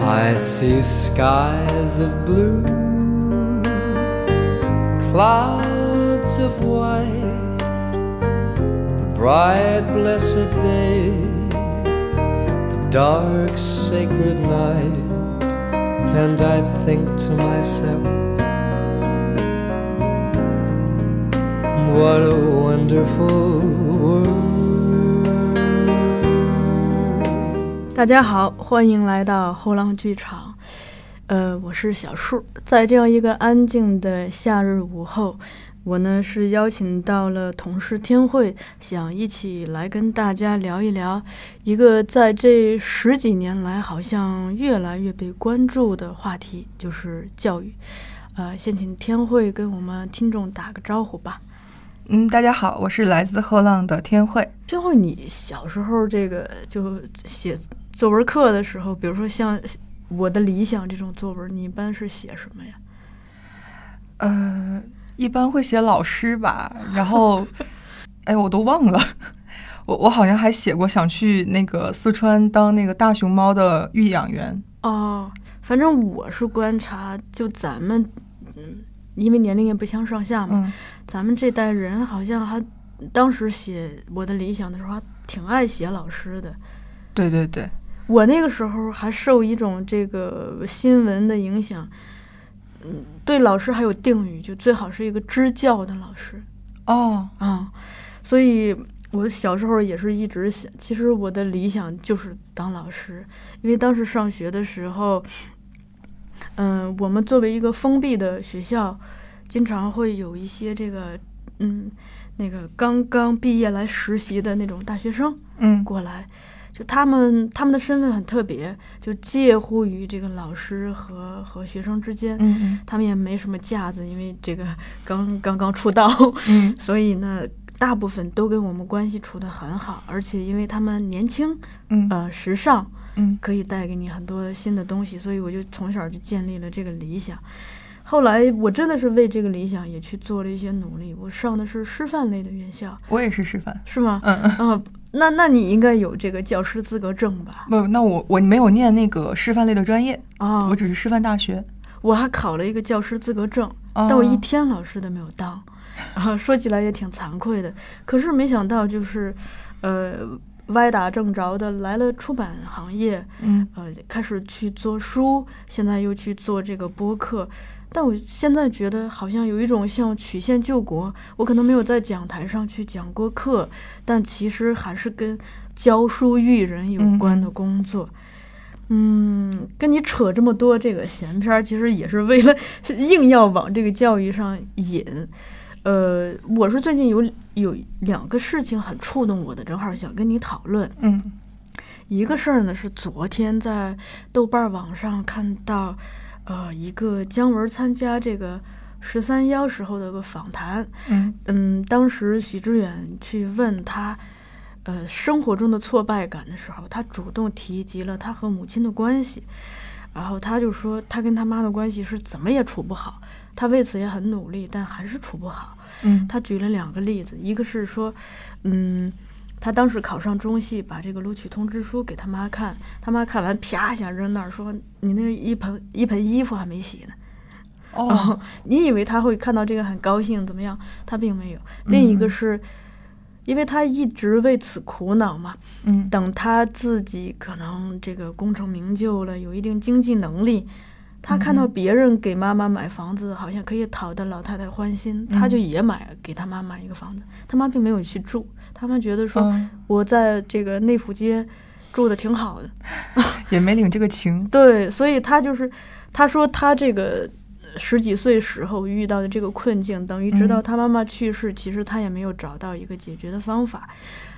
I see skies of blue, clouds of white, the bright, blessed day, the dark, sacred night, and I think to myself, what a wonderful world. 大家好，欢迎来到后浪剧场。呃，我是小树。在这样一个安静的夏日午后，我呢是邀请到了同事天慧，想一起来跟大家聊一聊一个在这十几年来好像越来越被关注的话题，就是教育。呃，先请天慧跟我们听众打个招呼吧。嗯，大家好，我是来自后浪的天慧。天慧，你小时候这个就写作文课的时候，比如说像《我的理想》这种作文，你一般是写什么呀？呃，一般会写老师吧，然 后，哎，我都忘了，我我好像还写过想去那个四川当那个大熊猫的育养员。哦，反正我是观察，就咱们，嗯，因为年龄也不相上下嘛，嗯，咱们这代人好像还当时写《我的理想》的时候，还挺爱写老师的。对对对，我那个时候还受一种这个新闻的影响，嗯，对老师还有定语，就最好是一个支教的老师。哦，啊、所以我小时候也是一直想，其实我的理想就是当老师，因为当时上学的时候，嗯、我们作为一个封闭的学校，经常会有一些这个，嗯，那个刚刚毕业来实习的那种大学生嗯过来。就他们他们的身份很特别，就介乎于这个老师和和学生之间，嗯他们也没什么架子，因为这个刚刚刚出道，嗯所以呢，大部分都跟我们关系处得很好，而且因为他们年轻，嗯嗯呃，时尚，嗯可以带给你很多新的东西，所以我就从小就建立了这个理想。后来我真的是为这个理想也去做了一些努力，我上的是师范类的院校，我也是师范。是吗？嗯，嗯嗯、那那你应该有这个教师资格证吧？不，那我我没有念那个师范类的专业，哦我，只是师范大学。我还考了一个教师资格证，但但我一天老师都没有当，啊，说起来也挺惭愧的。可是没想到，就是，呃，歪打正着的来了出版行业，嗯呃，开始去做书，现在又去做这个播客。但我现在觉得好像有一种像曲线救国，我可能没有在讲台上去讲过课，但其实还是跟教书育人有关的嗯工作。嗯，跟你扯这么多这个闲篇儿，其实也是为了 硬要往这个教育上引。呃，我是最近有有两个事情很触动我的，正好想跟你讨论。嗯一个事儿呢是昨天在豆瓣儿网上看到，呃，一个姜文参加这个十三幺时候的一个访谈，嗯嗯，当时许知远去问他，呃，生活中的挫败感的时候，他主动提及了他和母亲的关系，然后他就说他跟他妈的关系是怎么也处不好，他为此也很努力，但还是处不好。嗯他举了两个例子，一个是说，嗯，他当时考上中戏，把这个录取通知书给他妈看，他妈看完啪一下扔那儿，说你那一盆一盆衣服还没洗呢。 哦， 你以为他会看到这个很高兴怎么样？他并没有。另一个嗯是，因为他一直为此苦恼嘛，嗯等他自己可能这个功成名就了，有一定经济能力，他看到嗯别人给妈妈买房子，好像可以讨得老太太欢心，他就嗯也买给他妈买一个房子。他妈并没有去住，他妈觉得说嗯，我在这个内府街住的挺好的，嗯也没领这个情。对，所以他就是他说他这个。十几岁时候遇到的这个困境，等于直到嗯他妈妈去世，其实他也没有找到一个解决的方法。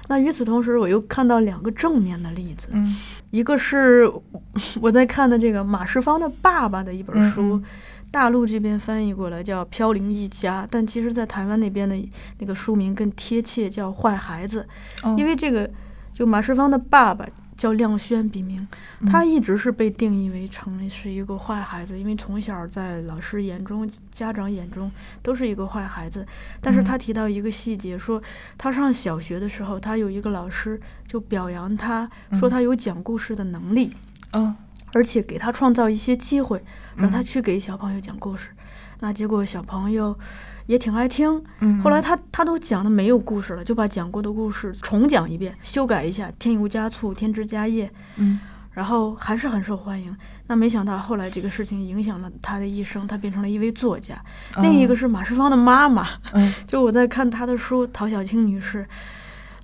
那与此同时，我又看到两个正面的例子，嗯一个是 我在看的这个马世芳的爸爸的一本嗯书，嗯大陆这边翻译过来叫《飘零一家》，但其实在台湾那边的那个书名更贴切，叫《坏孩子》，哦因为这个就马世芳的爸爸。叫亮轩，笔名，嗯他一直是被定义为成是一个坏孩子，因为从小在老师眼中、家长眼中都是一个坏孩子。但是嗯他提到一个细节，说他上小学的时候，他有一个老师就表扬他，说嗯他有讲故事的能力。哦而且给他创造一些机会，让他去给小朋友讲故事。那结果小朋友也挺爱听，嗯后来他他都讲的没有故事了，就把讲过的故事重讲一遍，修改一下，添油加醋，添枝加叶，嗯然后还是很受欢迎。那没想到后来这个事情影响了他的一生，他变成了一位作家。另一个是马世芳的妈妈， 嗯就我在看她的书《陶小青女士》，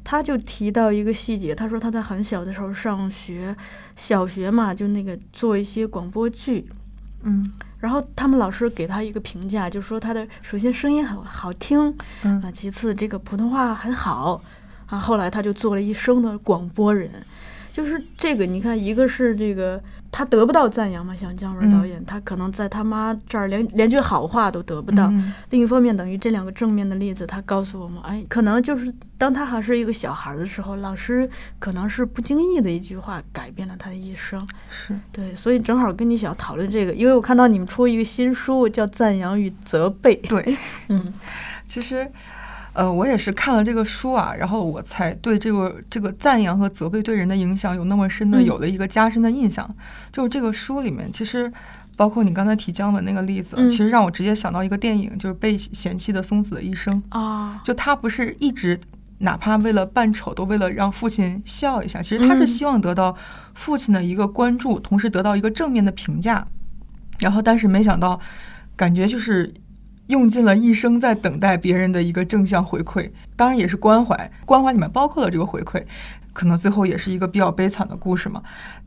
她就提到一个细节，她说她在很小的时候上学，小学嘛，就那个做一些广播剧，嗯然后他们老师给她一个评价，就说她的首先声音好好听，嗯啊，其次这个普通话很好，啊，后来她就做了一生的广播人。就是这个，你看，一个是这个他得不到赞扬嘛，像姜嗯文导演，他可能在他妈这儿连连句好话都得不到，嗯另一方面，等于这两个正面的例子，他告诉我们，哎，可能就是当他还是一个小孩儿的时候，老师可能是不经意的一句话改变了他的一生。是对，所以正好跟你想讨论这个，因为我看到你们出一个新书叫《赞扬与责备》。对，嗯其实。呃，我也是看了这个书啊，然后我才对这个这个赞扬和责备对人的影响有那么深的、嗯有了一个加深的印象。就是这个书里面，其实包括你刚才提姜文那个例子，嗯其实让我直接想到一个电影，就是《被嫌弃的松子的一生》。啊，就他不是一直，哪怕为了扮丑，都为了让父亲笑一下。其实他是嗯希望得到父亲的一个关注，同时得到一个正面的评价。然后，但是没想到，感觉就是用尽了一生在等待别人的一个正向回馈，当然也是关怀，关怀里面包括了这个回馈，可能最后也是一个比较悲惨的故事嘛。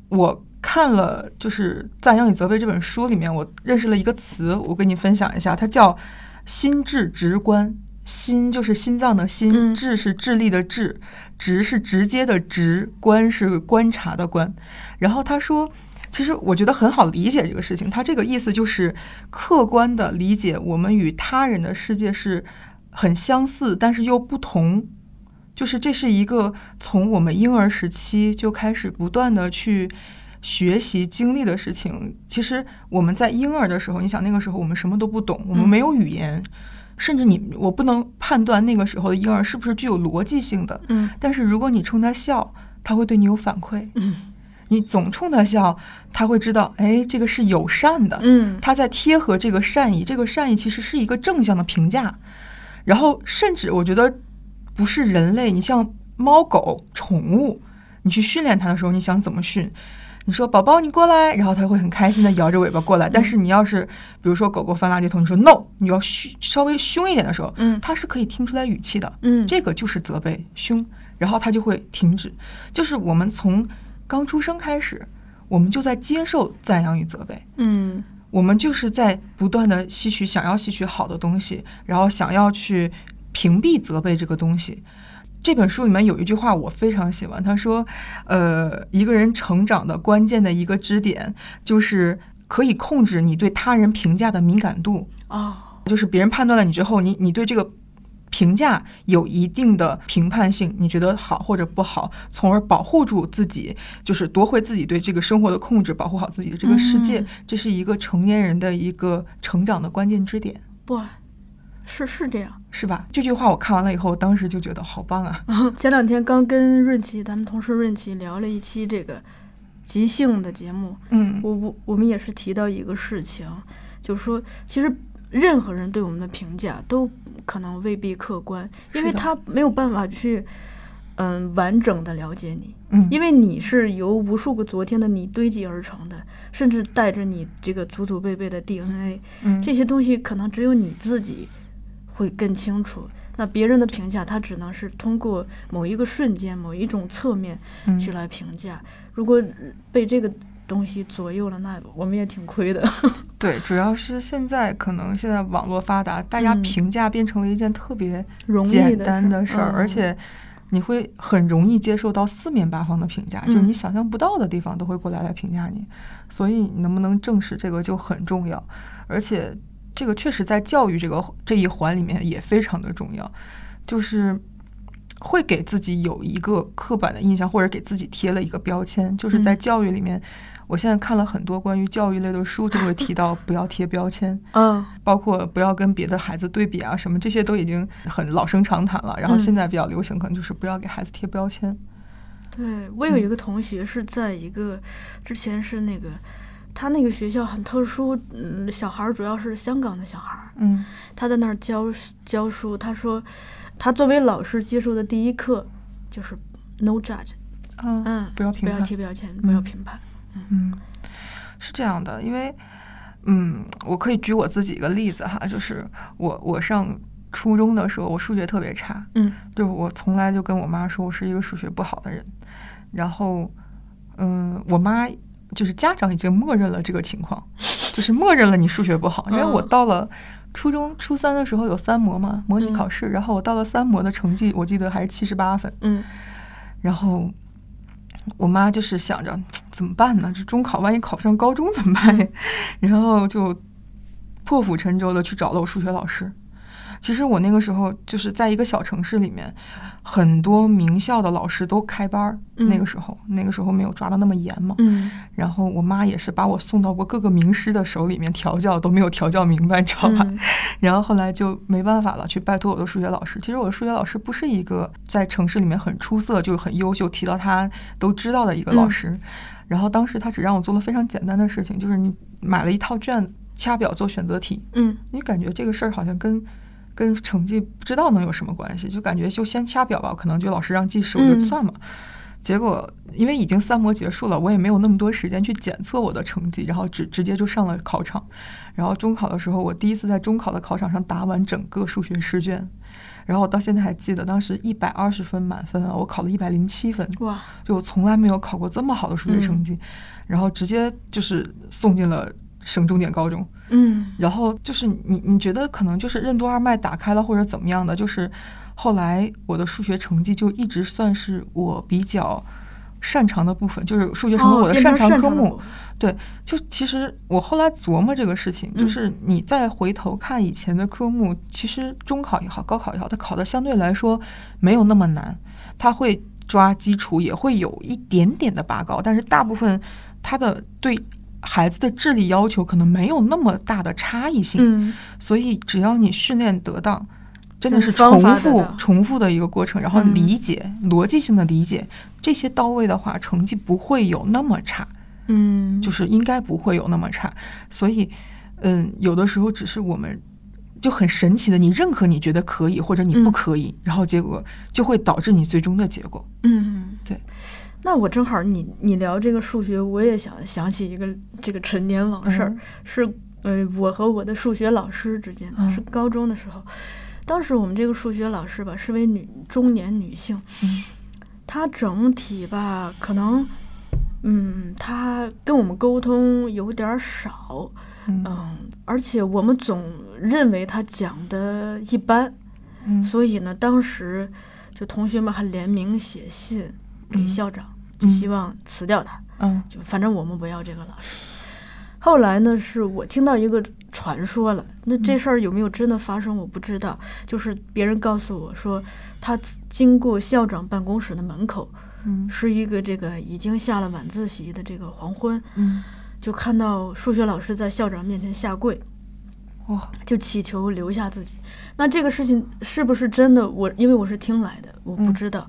我看了就是《赞扬与责备》这本书里面，我认识了一个词，我跟你分享一下，它叫心智直观。心就是心脏的心，嗯智是智力的智，直是直接的直，观是观察的观。然后他说，其实我觉得很好理解这个事情，他这个意思就是客观的理解我们与他人的世界是很相似，但是又不同。就是这是一个从我们婴儿时期就开始不断的去学习经历的事情。其实我们在婴儿的时候，你想那个时候我们什么都不懂，我们嗯没有语言，甚至你我不能判断那个时候的婴儿是不是具有逻辑性的。嗯但是如果你冲他笑，他会对你有反馈；嗯你总冲他笑，他会知道，哎，这个是友善的，嗯他在贴合这个善意，这个善意其实是一个正向的评价。然后，甚至我觉得不是人类，你像猫狗宠物，你去训练它的时候，你想怎么训？你说宝宝你过来，然后它会很开心的摇着尾巴过嗯来。但是你要是比如说狗狗翻垃圾桶，你说 no，你要凶稍微凶一点的时候，嗯它是可以听出来语气的。嗯，这个就是责备、凶，然后他就会停止。就是我们从刚出生开始，我们就在接受赞扬与责备，嗯我们就是在不断的吸取想要吸取好的东西，然后想要去屏蔽责备这个东西。这本书里面有一句话我非常喜欢，他说：“呃，一个人成长的关键的一个支点，就是可以控制你对他人评价的敏感度。”哦，就是别人判断了你之后，你你对这个评价有一定的评判性，你觉得好或者不好，从而保护住自己，就是夺回自己对这个生活的控制，保护好自己的这个世界，嗯这是一个成年人的一个成长的关键支点。不，啊是是这样。是吧？这句话我看完了以后，当时就觉得好棒啊！ 前两天刚跟润琪，咱们同事润琪聊了一期这个即兴的节目，嗯我我我们也是提到一个事情，就是说，其实任何人对我们的评价都可能未必客观，因为是的他没有办法去。嗯，完整的了解你，嗯因为你是由无数个昨天的你堆积而成的，甚至带着你这个祖祖辈辈的 DNA，嗯这些东西可能只有你自己会更清楚。那别人的评价，他只能是通过某一个瞬间、某一种侧面嗯去来评价。如果被这个东西左右了，那我们也挺亏的。 对，主要是现在可能现在网络发达，大家嗯评价变成了一件特别容易简单的事嗯事儿，而且你会很容易接受到四面八方的评价，就是嗯你想象不到的地方都会过来来评价你，所以你能不能正视这个就很重要，而且这个确实在教育这个这一环里面也非常的重要，就是。会给自己有一个刻板的印象，或者给自己贴了一个标签，就是在嗯教育里面，我现在看了很多关于教育类的书，就会提到不要贴标签。嗯，包括不要跟别的孩子对比啊，什么这些都已经很老生常谈了。然后嗯现在比较流行，可能就是不要给孩子贴标签。对我有嗯一个同学是在一个之前是那个。他那个学校很特殊，嗯，小孩儿主要是香港的小孩儿，嗯他在那儿教教书。他说，他作为老师接受的第一课就是 no judge，啊，嗯，不要评不要判，贴标签，不要评判，嗯，是这样的，因为，嗯，我可以举我自己一个例子哈，就是我我上初中的时候，我数学特别差，嗯就是我从来就跟我妈说我是一个数学不好的人，然后，嗯，我妈就是家长已经默认了这个情况，就是默认了你数学不好，因为我嗯到了。初中初三的时候有三模嘛，模拟考试，然后我到了三模的成绩，我记得还是七十八分，嗯然后我妈就是想着怎么办呢？这中考万一考不上高中怎么办呀？ 然后就破釜沉舟的去找了我数学老师。其实我那个时候就是在一个小城市里面，很多名校的老师都开班儿。那嗯个时候，那个时候没有抓的那么严嘛。嗯然后我妈也是把我送到过各个名师的手里面调教，都没有调教明白，你知道吧？嗯 然后后来就没办法了，去拜托我的数学老师。其实我的数学老师不是一个在城市里面很出色，就是很优秀，提到他都知道的一个老师。然后当时他只让我做了非常简单的事情，就是你买了一套卷子，掐表做选择题。嗯你感觉这个事儿好像跟跟成绩不知道能有什么关系，就感觉就先掐表吧，可能就老师让记时我就嗯算嘛。结果因为已经三模结束了，我也没有那么多时间去检测我的成绩，然后直直接就上了考场。然后中考的时候，我第一次在中考的考场上答完整个数学试卷。然后我到现在还记得，当时一百二十分满分啊，我考了一百零七分，哇，就我从来没有考过这么好的数学成绩，然后直接就是送进了省重点高中。嗯然后就是你你觉得可能就是任督二脉打开了或者怎么样的，就是后来我的数学成绩就一直算是我比较擅长的部分，就是数学成为哦我的变成擅长科的目。我对，就其实我后来琢磨这个事情，嗯就是你再回头看以前的科目，其实中考也好，高考也好，它考的相对来说没有那么难，它会抓基础，也会有一点点的拔高，但是大部分它的对孩子的智力要求可能没有那么大的差异性，嗯所以只要你训练得当，真的就是是方法重得复当重复的一个过程，然后嗯理解、逻辑性的理解这些到位的话，成绩不会有那么差。嗯，就是应该不会有那么差。所以，嗯，有的时候只是我们就很神奇的，你认可你觉得可以，或者你不嗯可以，然后结果就会导致你最终的结果。嗯，对。那我正好你你聊这个数学，我也想想起一个这个陈年往事儿，是呃我和我的数学老师之间的，嗯是高中的时候，当时我们这个数学老师吧是位女中年女性，嗯她整体吧可能。嗯，她跟我们沟通有点儿少，嗯嗯，而且我们总认为她讲的一般，嗯所以呢，当时就同学们还联名写信给嗯校长，就希望辞掉他，嗯就反正我们不要这个老师。后来呢，是我听到一个传说了，那这嗯事儿有没有真的发生我不知道，就是别人告诉我说，他经过校长办公室的门口，嗯是一个这个已经下了晚自习的这个黄昏，嗯，就看到数学老师在校长面前下跪，哇，就祈求留下自己。那这个事情是不是真的？我因为我是听来的，我不嗯知道。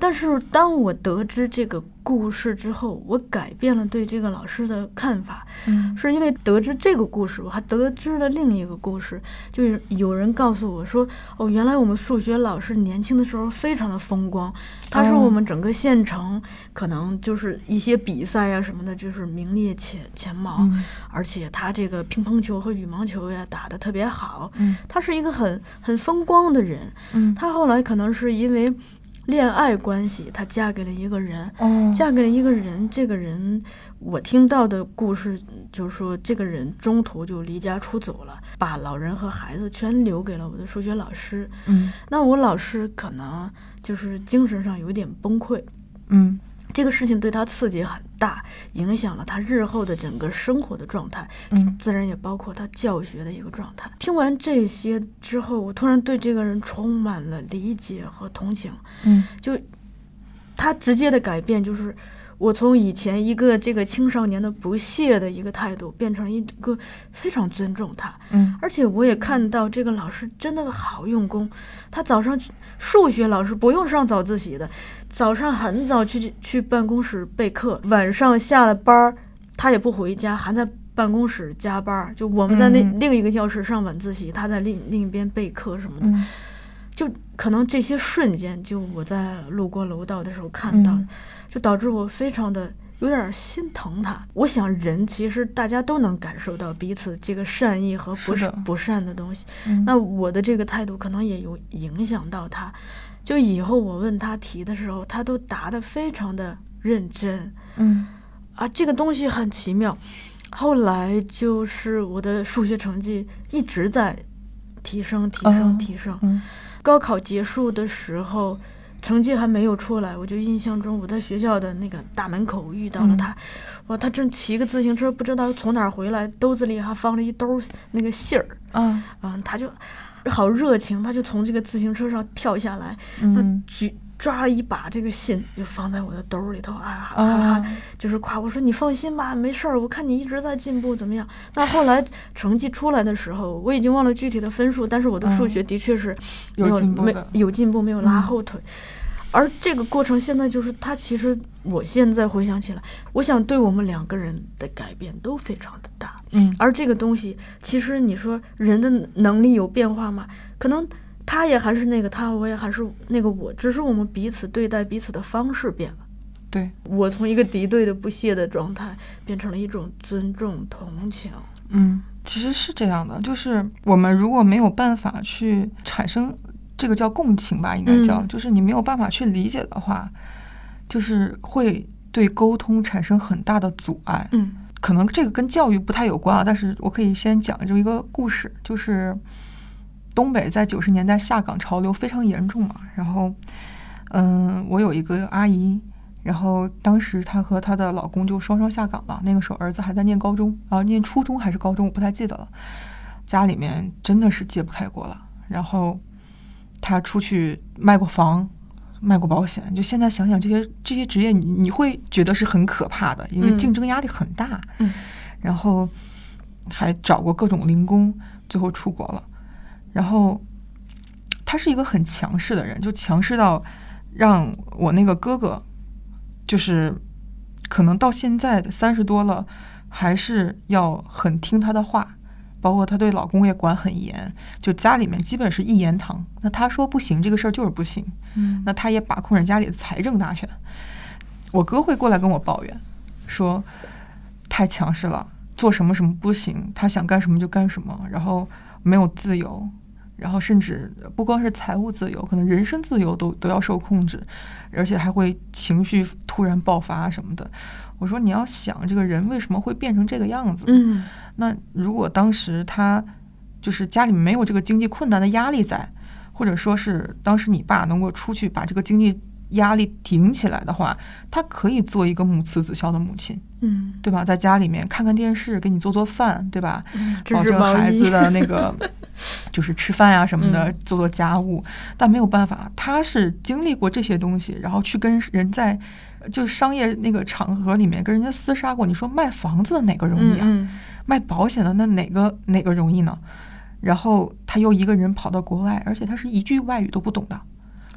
但是当我得知这个故事之后，我改变了对这个老师的看法，嗯是因为得知这个故事，我还得知了另一个故事，就是有人告诉我说，哦，原来我们数学老师年轻的时候非常的风光，他是哦我们整个县城可能就是一些比赛啊什么的，就是名列前前茅。嗯而且他这个乒乓球和羽毛球呀打得特别好，嗯他是一个很很风光的人。嗯，他后来可能是因为恋爱关系，她嫁给了一个人，哦嫁给了一个人，这个人我听到的故事就是说，这个人中途就离家出走了，把老人和孩子全留给了我的数学老师。嗯那我老师可能就是精神上有点崩溃，嗯这个事情对他刺激很大，影响了他日后的整个生活的状态，嗯自然也包括他教学的一个状态。听完这些之后，我突然对这个人充满了理解和同情。嗯就他直接的改变就是，我从以前一个这个青少年的不屑的一个态度，变成一个非常尊重他。嗯，而且我也看到这个老师真的好用功，他早上去数学老师不用上早自习的，早上很早去去办公室备课，晚上下了班儿他也不回家，还在办公室加班儿。就我们在那、嗯另一个教室上晚自习，他在另另一边备课什么的。嗯就可能这些瞬间，就我在路过楼道的时候看到的，嗯就导致我非常的有点心疼他。我想人其实大家都能感受到彼此这个善意和不是的不善的东西。嗯那我的这个态度可能也有影响到他。就以后我问他题的时候，他都答得非常的认真嗯啊，这个东西很奇妙。后来就是我的数学成绩一直在提升、提升、哦提升。嗯高考结束的时候，成绩还没有出来，我就印象中我在学校的那个大门口遇到了他，哇，他正骑个自行车，不知道从哪儿回来，兜子里还放了一兜那个信儿，啊啊，他就好热情，他就从这个自行车上跳下来，他嗯举。抓了一把这个信，就放在我的兜里头，啊，哈哈哈啊，就是夸我说你放心吧，没事儿，我看你一直在进步，怎么样？那后来成绩出来的时候，我已经忘了具体的分数，但是我的数嗯学的确是有没进步没的有进步，没有拉嗯后腿。而这个过程现在就是他，其实我现在回想起来，我想对我们两个人的改变都非常的大。嗯而这个东西，其实你说人的能力有变化吗？可能他也还是那个他，我也还是那个我，只是我们彼此对待彼此的方式变了。对我从一个敌对的不屑的状态，变成了一种尊重、同情。嗯，其实是这样的，就是我们如果没有办法去产生这个叫共情吧，应该叫，嗯就是你没有办法去理解的话，就是会对沟通产生很大的阻碍。嗯可能这个跟教育不太有关啊，但是我可以先讲这么一个故事，就是东北在九十年代下岗潮流非常严重嘛，然后，嗯，我有一个阿姨，然后当时她和她的老公就双双下岗了，那个时候儿子还在念高中，啊，念初中还是高中，我不太记得了，家里面真的是揭不开锅了，然后她出去卖过房。卖过保险，就现在想想这些这些职业你，你会觉得是很可怕的，因为嗯竞争压力很大。嗯然后还找过各种零工，最后出国了。然后他是一个很强势的人，就强势到让我那个哥哥，就是可能到现在三十多了，还是要很听他的话。包括他对老公也管很严，就家里面基本是一言堂。那他说不行，这个事儿就是不行。嗯那他也把控着家里的财政大权。我哥会过来跟我抱怨，说太强势了，做什么什么不行，他想干什么就干什么，然后没有自由，然后甚至不光是财务自由，可能人身自由都都要受控制，而且还会情绪突然爆发什么的。我说你要想这个人为什么会变成这个样子，嗯那如果当时他就是家里没有这个经济困难的压力在，或者说是当时你爸能够出去把这个经济压力顶起来的话，他可以做一个母慈子孝的母亲，嗯，对吧？在家里面看看电视，给你做做饭，对吧？嗯这保是证毛孩衣子的 那个就是吃饭呀、什么的嗯，做做家务。但没有办法，他是经历过这些东西，然后去跟人在就是商业那个场合里面跟人家厮杀过。你说卖房子的哪个容易啊？嗯卖保险的那哪个哪个容易呢？然后他又一个人跑到国外，而且他是一句外语都不懂的，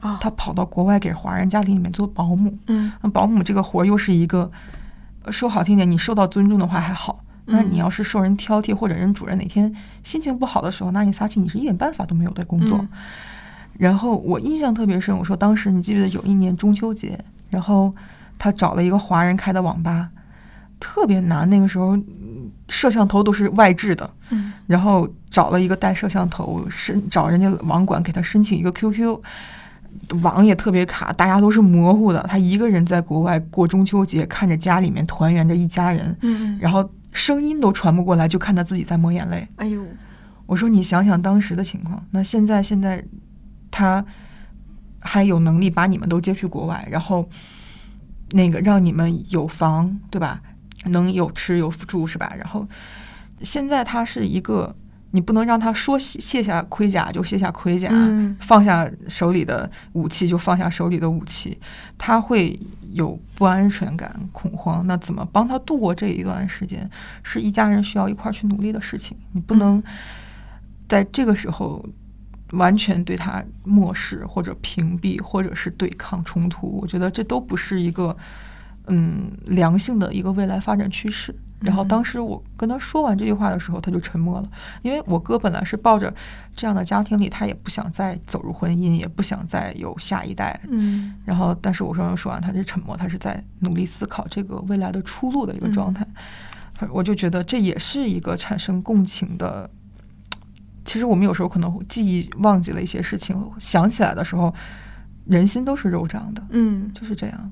嗯啊，他跑到国外给华人家庭里面做保姆。嗯那保姆这个活儿又是一个，呃说好听点，你受到尊重的话还好。那嗯你要是受人挑剔，或者人主任哪天心情不好的时候拿你撒气，你是一点办法都没有的工作。嗯然后我印象特别深，我说当时你记不记得有一年中秋节，然后他找了一个华人开的网吧，特别难，那个时候嗯摄像头都是外置的，嗯然后找了一个带摄像头，申找人家网管给他申请一个 QQ，网也特别卡，大家都是模糊的。他一个人在国外过中秋节，看着家里面团圆着一家人，嗯，嗯然后声音都传不过来，就看他自己在抹眼泪。哎呦，我说你想想当时的情况，那现在现在他还有能力把你们都接去国外，然后那个让你们有房，对吧？能有吃有住是吧？然后现在他是一个你不能让他说卸卸下盔甲就卸下盔甲，嗯放下手里的武器就放下手里的武器，他会有不安全感、恐慌。那怎么帮他度过这一段时间，是一家人需要一块儿去努力的事情。你不能在这个时候完全对他漠视或者屏蔽，或者是对抗冲突。我觉得这都不是一个嗯良性的一个未来发展趋势。然后当时我跟他说完这句话的时候，他就沉默了，因为我哥本来是抱着这样的家庭里，他也不想再走入婚姻，也不想再有下一代。嗯然后，但是我说说完，啊他是沉默，他是在努力思考这个未来的出路的一个状态。我就觉得这也是一个产生共情的。其实我们有时候可能会记忆忘记了一些事情，想起来的时候，人心都是肉长的，嗯，就是这样。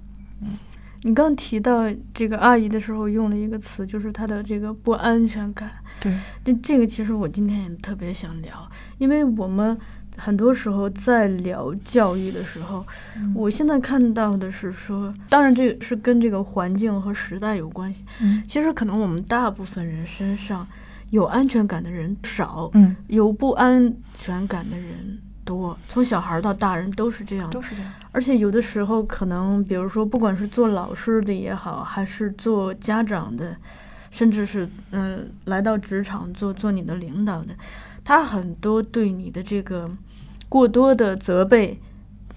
你刚提到这个阿姨的时候，用了一个词，就是她的这个不安全感。对，这这个其实我今天也特别想聊，因为我们很多时候在聊教育的时候，我现在看到的是说，当然这是跟这个环境和时代有关系。嗯其实可能我们大部分人身上有安全感的人少，嗯，有不安全感的人多，从小孩儿到大人都是这样的都。是这样。而且有的时候可能，比如说，不管是做老师的也好，还是做家长的，甚至是嗯、呃来到职场做做你的领导的，他很多对你的这个过多的责备，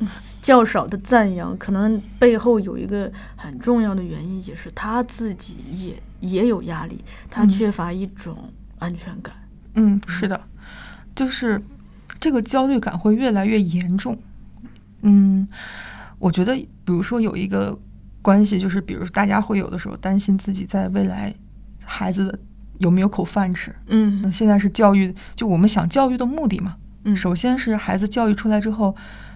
嗯较少的赞扬，可能背后有一个很重要的原因，也是他自己也也有压力，他嗯缺乏一种安全感。嗯，是的，就是这个焦虑感会越来越严重。嗯，我觉得，比如说有一个关系，就是比如说大家会有的时候担心自己在未来孩子有没有口饭吃。那嗯现在是教育，就我们想教育的目的嘛，嗯，首先是孩子教育出来之后，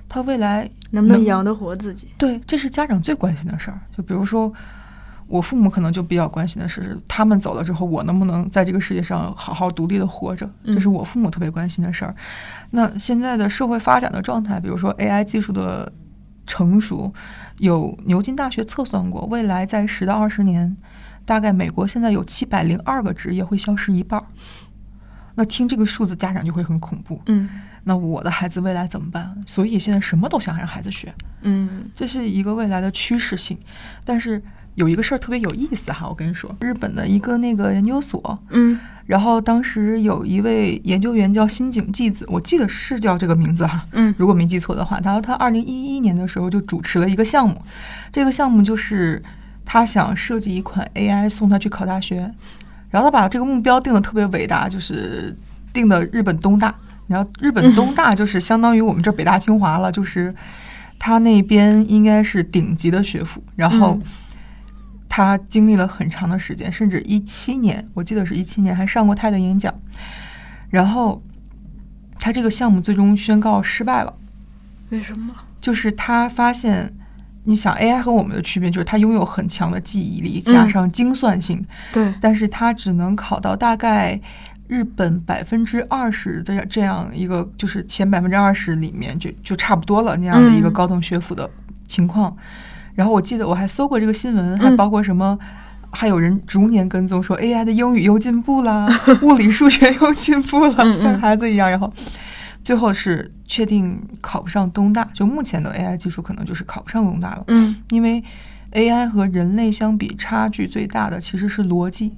他未来能不能能养得活自己？对，这是家长最关心的事儿。就比如说，我父母可能就比较关心的是，他们走了之后，我能不能在这个世界上好好独立的活着，这是嗯我父母特别关心的事儿。那现在的社会发展的状态，比如说 AI 技术的成熟，有牛津大学测算过，未来在十到二十年，大概美国现在有七百零二个职业会消失一半儿。那听这个数字，家长就会很恐怖。嗯那我的孩子未来怎么办？所以现在什么都想让孩子学。嗯这是一个未来的趋势性。但是有一个事儿特别有意思哈，我跟你说，日本的一个那个研究所，嗯然后当时有一位研究员叫新井纪子，我记得是叫这个名字哈，嗯如果没记错的话，然后他二零一一年的时候就主持了一个项目，这个项目就是他想设计一款 AI 送他去考大学，然后他把这个目标定的特别伟大，就是定的日本东大，然后日本东大就是相当于我们这儿北大清华了，就是他那边应该是顶级的学府，然后嗯他经历了很长的时间，甚至一七年，我记得是一七年还上过他的演讲，然后他这个项目最终宣告失败了。为什么？就是他发现，你想 AI 和我们的区别就是它拥有很强的记忆力，加嗯上精算性，对，但是它只能考到大概日本百分之二十这样这样一个，就是前百分之二十里面就就差不多了那样的一个嗯高等学府的情况。然后我记得我还搜过这个新闻，还嗯包括什么。还有人逐年跟踪说 AI 的英语又进步啦，物理数学又进步嗯了，嗯像孩子一样。然后最后是确定考不上东大，就目前的 AI 技术可能就是考不上东大了。嗯，因为 AI 和人类相比，差距最大的其实是逻辑，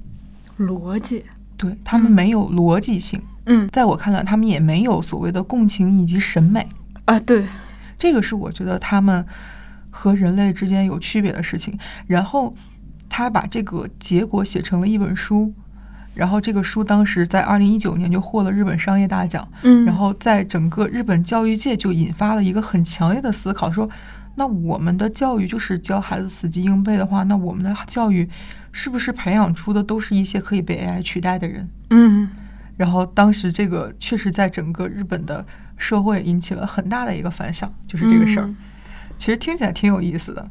逻辑，对他们嗯没有逻辑性，嗯在我看来，他们也没有所谓的共情以及审美，啊，对，这个是我觉得他们和人类之间有区别的事情。然后他把这个结果写成了一本书。然后这个书当时在二零一九年就获了日本商业大奖，嗯，然后在整个日本教育界就引发了一个很强烈的思考，说，那我们的教育就是教孩子死记硬背的话，那我们的教育是不是培养出的都是一些可以被 AI 取代的人？嗯然后当时这个确实在整个日本的社会引起了很大的一个反响，就是这个事儿。嗯其实听起来挺有意思的，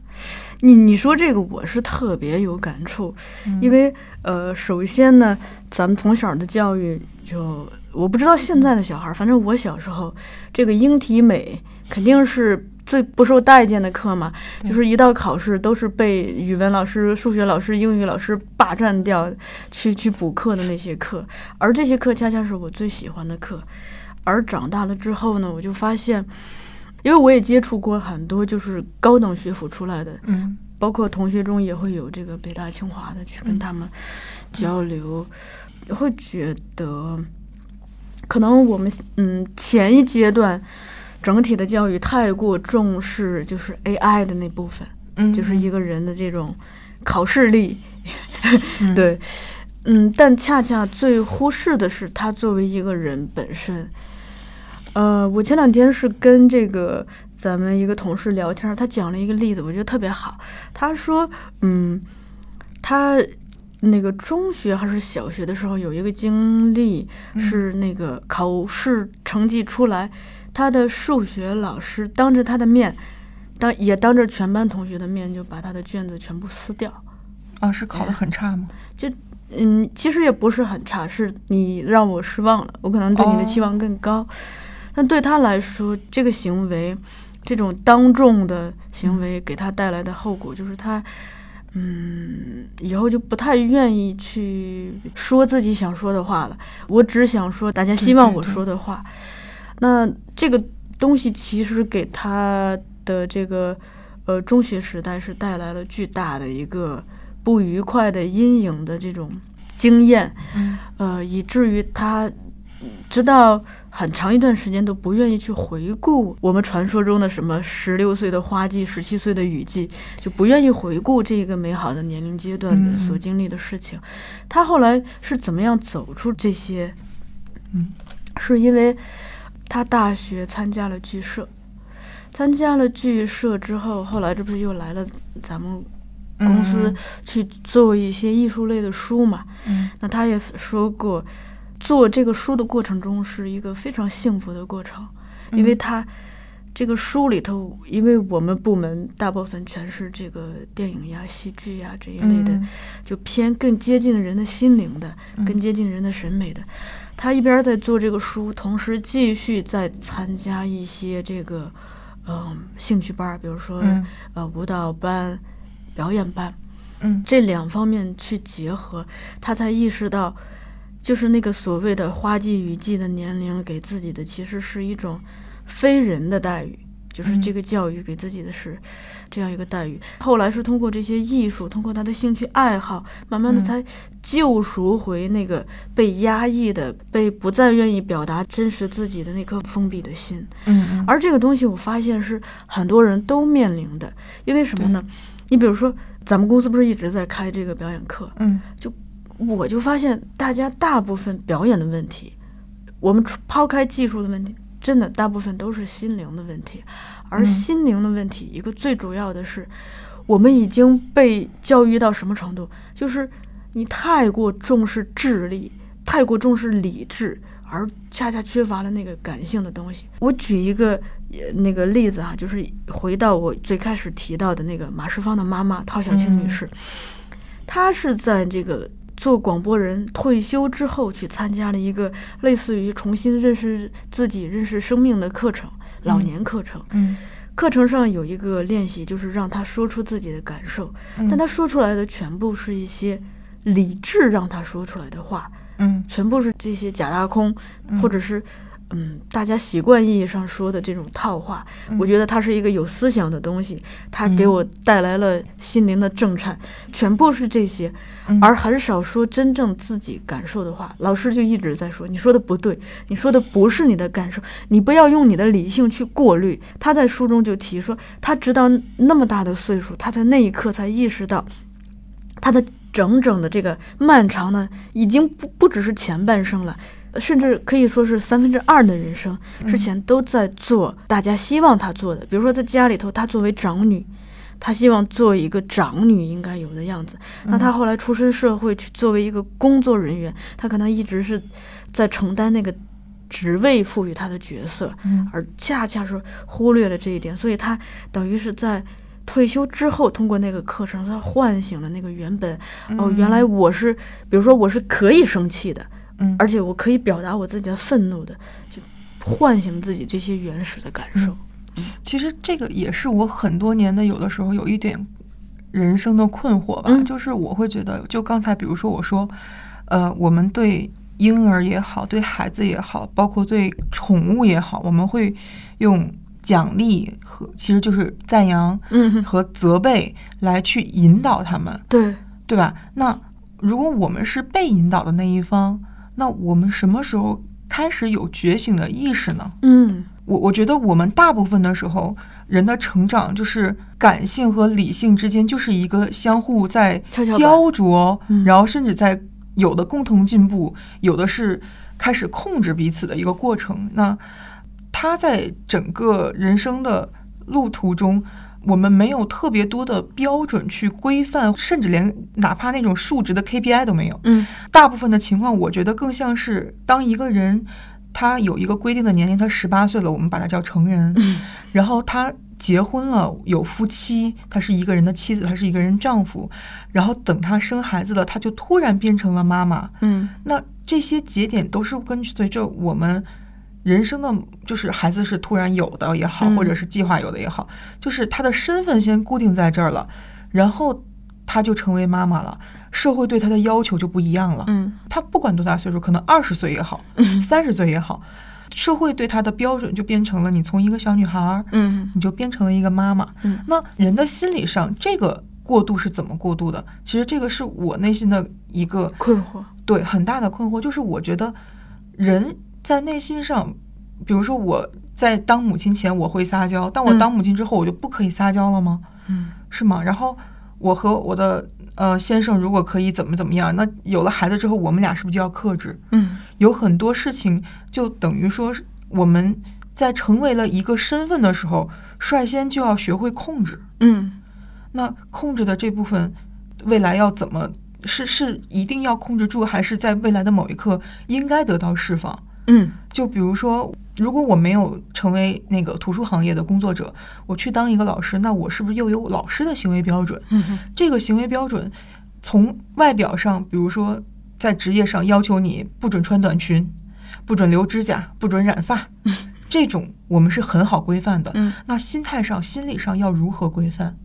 你你说这个我是特别有感触，因为呃，首先呢，咱们从小的教育就我不知道现在的小孩儿，反正我小时候这个英体美肯定是最不受待见的课嘛，就是一到考试都是被语文老师、数学老师、英语老师霸占掉，去去补课的那些课，而这些课恰恰是我最喜欢的课。而长大了之后呢，我就发现，因为我也接触过很多就是高等学府出来的，嗯包括同学中也会有这个北大、清华的去跟他们交流，会觉得可能我们嗯前一阶段整体的教育太过重视就是 AI 的那部分，嗯，就是一个人的这种考试力， 对，嗯，但恰恰最忽视的是他作为一个人本身。呃，我前两天是跟这个咱们一个同事聊天儿，他讲了一个例子，我觉得特别好。他说，嗯，他那个中学还是小学的时候有一个经历，是那个考试成绩出来，他的数学老师当着他的面，当也当着全班同学的面就把他的卷子全部撕掉。啊，是考得很差吗？嗯，其实也不是很差，是你让我失望了，我可能对你的哦期望更高。但对他来说，这个行为，这种当众的行嗯为给他带来的后果，就是他，嗯，以后就不太愿意去说自己想说的话了。我只想说大家希望对我对说的话。那这个东西其实给他的这个呃中学时代是带来了巨大的一个不愉快的阴影的这种经验，嗯呃，以至于他直到很长一段时间都不愿意去回顾我们传说中的什么十六岁的花季、十七岁的雨季，就不愿意回顾这个美好的年龄阶段的嗯所经历的事情。他后来是怎么样走出这些？嗯，是因为他大学参加了剧社。参加了剧社之后，后来这不是又来了咱们公司去做一些艺术类的书嘛。嗯那他也说过，做这个书的过程中是一个非常幸福的过程，嗯因为他这个书里头，因为我们部门大部分全是这个电影呀、戏剧呀这一类的，嗯就偏更接近人的心灵的，更接近人的审美的。他一边在做这个书，同时继续在参加一些这个，嗯，兴趣班儿，比如说、嗯呃舞蹈班、表演班，嗯这两方面去结合，他才意识到，就是那个所谓的花季雨季的年龄给自己的其实是一种非人的待遇，就是嗯这个教育给自己的是这样一个待遇。后来是通过这些艺术，通过他的兴趣爱好，慢慢的嗯才救赎回那个被压抑的、被不再愿意表达真实自己的那颗封闭的心。嗯而这个东西我发现是很多人都面临的，因为什么呢？你比如说，咱们公司不是一直在开这个表演课，嗯我就发现大家大部分表演的问题，我们除抛开技术的问题，真的大部分都是心灵的问题。而嗯心灵的问题，一个最主要的是，我们已经被教育到什么程度？就是你太过重视智力，太过重视理智，而恰恰缺乏了那个感性的东西。我举一个呃那个例子哈、就是回到我最开始提到的那个马世芳的妈妈陶小青女嗯士，她是在这个做广播人退休之后去参加了一个类似于重新认识自己、认识生命的课程，老嗯年课程。嗯，课程上有一个练习，就是让她说出自己的感受，但她说出来的全部是一些理智让她说出来的话，嗯全部是这些假大空，或者是嗯大家习惯意义上说的这种套话。我觉得它是一个有思想的东西，它给我带来了心灵的震颤，全部是这些，而很少说真正自己感受的话。老师就一直在说，你说的不对，你说的不是你的感受，你不要用你的理性去过滤。他在书中就提说，他直到那么大的岁数，他在那一刻才意识到，他的整整的这个漫长的，已经不不只是前半生了。甚至可以说是三分之二的人生之前都在做大家希望他做的，比如说在家里头，她作为长女，她希望做一个长女应该有的样子。那她后来出身社会，去作为一个工作人员，她可能一直是在承担那个职位赋予她的角色，嗯而恰恰是忽略了这一点，所以他等于是在退休之后，通过那个课程，他唤醒了那个原本、哦，原来我是，比如说我是可以生气的，嗯而且我可以表达我自己的愤怒的，就唤醒自己这些原始的感受。其实这个也是我很多年的，有的时候有一点人生的困惑吧，嗯就是我会觉得，就刚才比如说我说，呃，我们对婴儿也好，对孩子也好，包括对宠物也好，我们会用奖励和其实就是赞扬嗯，和责备来去引导他们，对，对吧？那如果我们是被引导的那一方，那我们什么时候开始有觉醒的意识呢？嗯我我觉得我们大部分的时候，人的成长就是感性和理性之间就是一个相互在跷跷板焦灼，嗯然后甚至在有的共同进步，有的是开始控制彼此的一个过程。那他在整个人生的路途中。我们没有特别多的标准去规范，甚至连哪怕那种数值的 KPI 都没有。嗯大部分的情况，我觉得更像是当一个人他有一个规定的年龄，他十八岁了，我们把他叫成人，嗯然后他结婚了，有夫妻，他是一个人的妻子，他是一个人丈夫，然后等他生孩子了，他就突然变成了妈妈。嗯那这些节点都是跟随着我们人生的，就是孩子是突然有的也好，嗯或者是计划有的也好，就是他的身份先固定在这儿了，然后他就成为妈妈了，社会对他的要求就不一样了。嗯他不管多大岁数，可能二十岁也好，三十岁也好，社会对他的标准就变成了你从一个小女孩儿，嗯你就变成了一个妈妈。嗯那人的心理上这个过渡是怎么过渡的？其实这个是我内心的一个困惑，对很大的困惑，就是我觉得人在内心上，比如说我在当母亲前我会撒娇，但我嗯当母亲之后我就不可以撒娇了吗？嗯是吗？然后我和我的呃先生如果可以怎么怎么样，那有了孩子之后，我们俩是不是就要克制？嗯有很多事情就等于说是我们在成为了一个身份的时候，率先就要学会控制。嗯那控制的这部分，未来要怎么？是是一定要控制住，还是在未来的某一刻应该得到释放？嗯就比如说，如果我没有成为那个图书行业的工作者，我去当一个老师，那我是不是又有老师的行为标准？嗯这个行为标准，从外表上，比如说在职业上要求你不准穿短裙，不准留指甲，不准染发，这种我们是很好规范的。嗯那心态上、心理上要如何规范？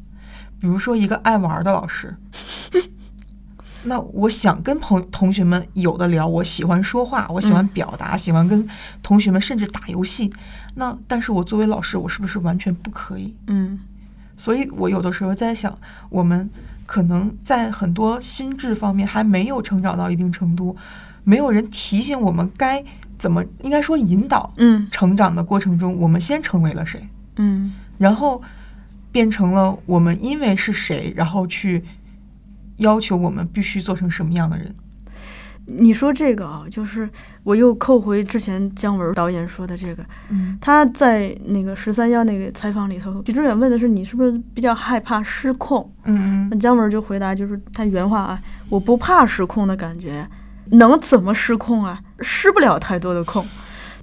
比如说一个爱玩的老师，那我想跟朋同学们有的聊，我喜欢说话，我喜欢表达，喜欢跟同学们甚至打游戏。那但是我作为老师，我是不是完全不可以？嗯所以我有的时候在想，我们可能在很多心智方面还没有成长到一定程度，没有人提醒我们该怎么，应该说引导嗯成长的过程中，我们先成为了谁，嗯然后变成了我们因为是谁，然后去要求我们必须做成什么样的人。你说这个啊，就是我又扣回之前姜文导演说的这个，嗯他在那个十三幺那个采访里头，许知远问的是你是不是比较害怕失控？嗯那姜文就回答，就是他原话啊，我不怕失控的感觉，能怎么失控啊？失不了太多的控。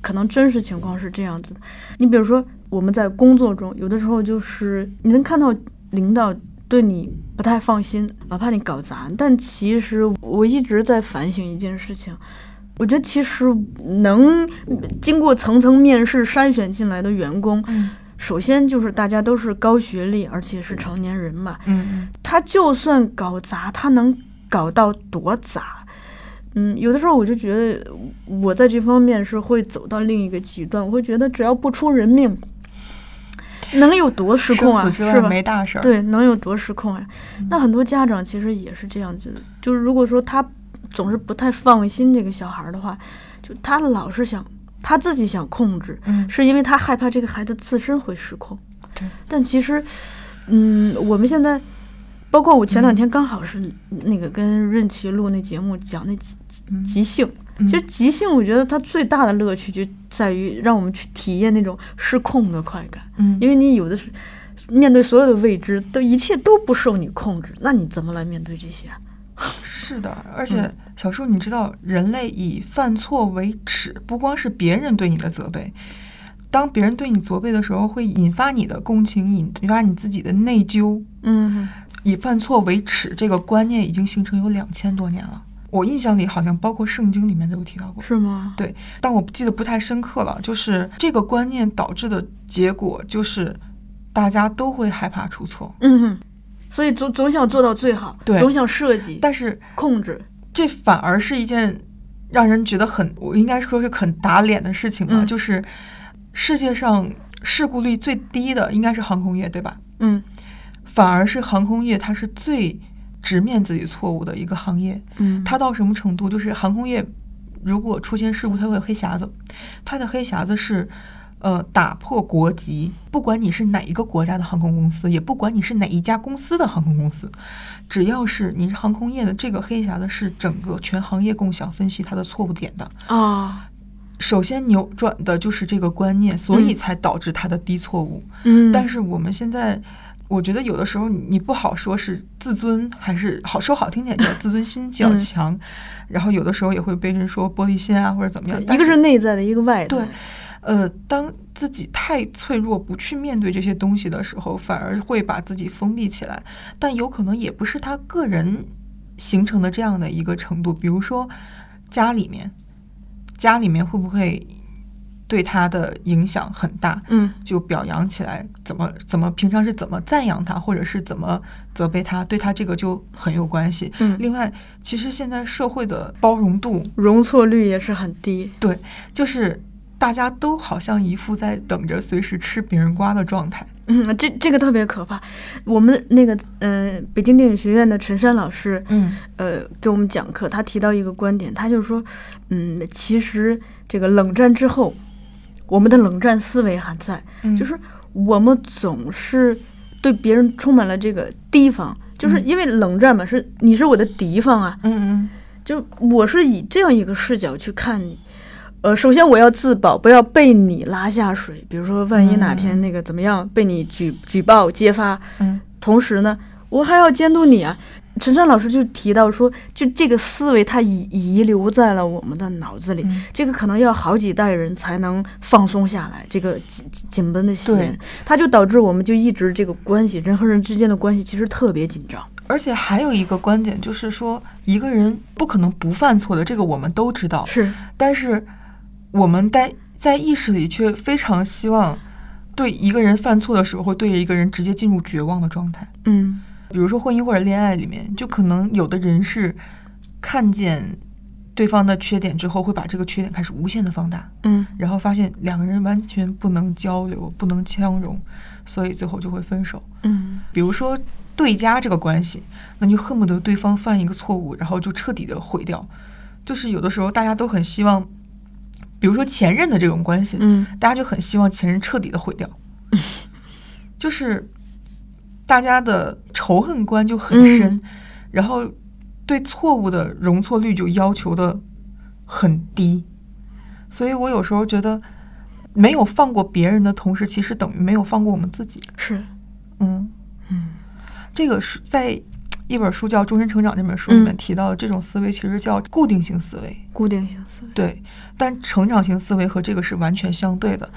可能真实情况是这样子的，你比如说我们在工作中，有的时候就是你能看到领导对你不太放心啊，怕你搞砸。但其实我一直在反省一件事情，我觉得其实能经过层层面试筛选进来的员工，嗯首先就是大家都是高学历，而且是成年人嘛，嗯他就算搞砸，他能搞到多砸？嗯，有的时候我就觉得我在这方面是会走到另一个极端，我会觉得只要不出人命，能有多失嗯，控啊？生死之是外吧？没大事儿。，嗯对，能有多失控啊？那很多家长其实也是这样子的，就是如果说他总是不太放心这个小孩儿的话，就他老是想他自己想控制，嗯是因为他害怕这个孩子自身会失控。对，但其实，嗯，我们现在，包括我前嗯两天刚好是那个跟任琪录那节目讲那即嗯即兴，嗯其实即兴我觉得它最大的乐趣就在于让我们去体验那种失控的快感，嗯因为你有的是面对所有的未知，都一切都不受你控制，那你怎么来面对这些啊？是的，而且小树，你知道，人类以犯错为耻，不光是别人对你的责备，当别人对你责备的时候，会引发你的共情，引发你自己的内疚。嗯以犯错为耻这个观念已经形成有两千多年了。我印象里好像包括圣经里面都有提到过，是吗？对，但我记得不太深刻了。就是这个观念导致的结果，就是大家都会害怕出错，嗯哼，所以总总想做到最好，对总想设计、但是控制，这反而是一件让人觉得很，我应该说是很打脸的事情吧。嗯就是世界上事故率最低的应该是航空业，对吧？嗯反而是航空业，它是最直面自己错误的一个行业。嗯，它到什么程度？就是航空业如果出现事故，它会有黑匣子，它的黑匣子是。呃，打破国籍，不管你是哪一个国家的航空公司，也不管你是哪一家公司的航空公司，只要是你是航空业的，这个黑匣子是整个全行业共享分析它的错误点的。啊，首先扭转的就是这个观念，所以嗯才导致它的低错误。嗯，但是我们现在，我觉得有的时候你你不好说是自尊，还是好说好听点叫自尊心较嗯强，然后有的时候也会被人说玻璃心啊或者怎么样。对但一个是内在的，一个外在的，对呃，当自己太脆弱，不去面对这些东西的时候，反而会把自己封闭起来。但有可能也不是他个人形成的这样的一个程度，比如说家里面，家里面会不会对他的影响很大？嗯就表扬起来，怎么怎么平常是怎么赞扬他，或者是怎么责备他，对他这个就很有关系。嗯，另外，其实现在社会的包容度，容错率也是很低，就是大家都好像一副在等着随时吃别人瓜的状态。嗯，这这个特别可怕。我们那个嗯、呃北京电影学院的陈山老师，嗯呃，给我们讲课，他提到一个观点，他就说，嗯，其实这个冷战之后，我们的冷战思维还在，嗯就是我们总是对别人充满了这个提防，就是因为冷战嘛，是你是我的敌方啊，嗯就我是以这样一个视角去看你。呃，首先我要自保，不要被你拉下水。比如说，万一哪天那个怎么样，被你举举报揭发，嗯同时呢，我还要监督你啊。陈山老师就提到说，就这个思维它遗遗留在了我们的脑子里，嗯这个可能要好几代人才能放松下来，这个紧紧紧绷的弦对，它就导致我们就一直这个关系，人和人之间的关系其实特别紧张。而且还有一个观点就是说，一个人不可能不犯错的，这个我们都知道。是，但是我们在在意识里却非常希望对一个人犯错的时候，会对一个人直接进入绝望的状态。嗯比如说婚姻或者恋爱里面，就可能有的人是看见对方的缺点之后，会把这个缺点开始无限的放大，嗯然后发现两个人完全不能交流，不能相融，所以最后就会分手。嗯比如说对家这个关系，那你就恨不得对方犯一个错误，然后就彻底的毁掉。就是有的时候大家都很希望，比如说前任的这种关系，嗯大家就很希望前任彻底的毁掉，就是大家的仇恨观就很深，然后对错误的容错率就要求的很低，所以我有时候觉得没有放过别人的同时，其实等于没有放过我们自己。是，嗯，嗯这个是在一本书叫《终身成长》这本书里面嗯提到的，这种思维其实叫固定性思维。固定性思维。对，但成长型思维和这个是完全相对的。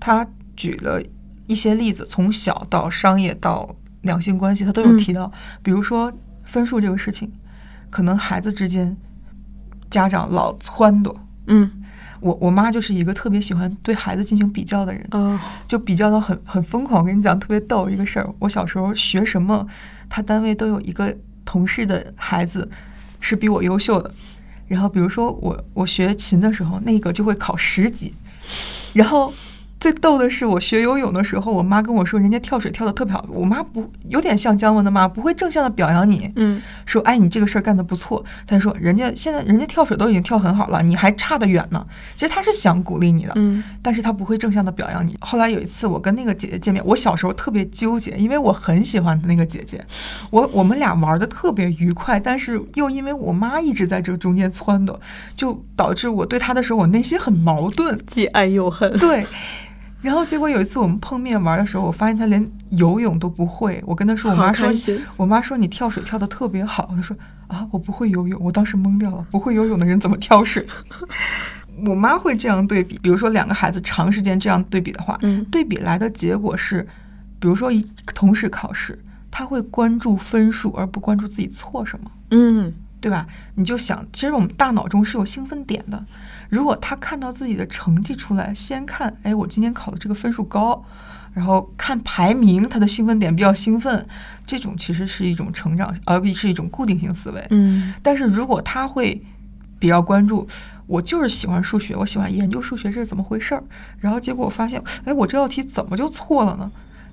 他举了一些例子，从小到商业到两性关系，他都有嗯提到，比如说分数这个事情，可能孩子之间家长老撺掇。嗯我我妈就是一个特别喜欢对孩子进行比较的人，哦就比较到很很疯狂。我跟你讲，特别逗一个事儿，我小时候学什么，他单位都有一个同事的孩子是比我优秀的。然后比如说我我学琴的时候，那个就会考十级。然后最逗的是，我学游泳的时候，我妈跟我说，人家跳水跳的特别好。我妈不有点像姜文的妈，不会正向的表扬你，嗯说哎你这个事儿干得不错。但是说人家现在人家跳水都已经跳很好了，你还差得远呢。其实他是想鼓励你的，嗯但是他不会正向的表扬你。后来有一次，我跟那个姐姐见面，我小时候特别纠结，因为我很喜欢那个姐姐，我我们俩玩的特别愉快，但是又因为我妈一直在这中间撺掇，就导致我对她的时候，我内心很矛盾。既爱又恨。对，然后结果有一次我们碰面玩的时候，我发现她连游泳都不会，我跟她说，我好妈说开心，我妈说你跳水跳的特别好，她说啊，我不会游泳，我当时懵掉了，不会游泳的人怎么跳水？ 我妈会这样对比，比如说两个孩子长时间这样对比的话，嗯对比来的结果是，比如说一同时考试，他会关注分数而不关注自己错什么。嗯对吧？你就想，其实我们大脑中是有兴奋点的。如果他看到自己的成绩出来，先看，哎，我今天考的这个分数高，然后看排名，他的兴奋点比较兴奋，这种其实是一种成长，呃，是一种固定性思维。嗯但是如果他会比较关注，我就是喜欢数学，我喜欢研究数学这是怎么回事儿，然后结果我发现，哎，我这道题怎么就错了呢？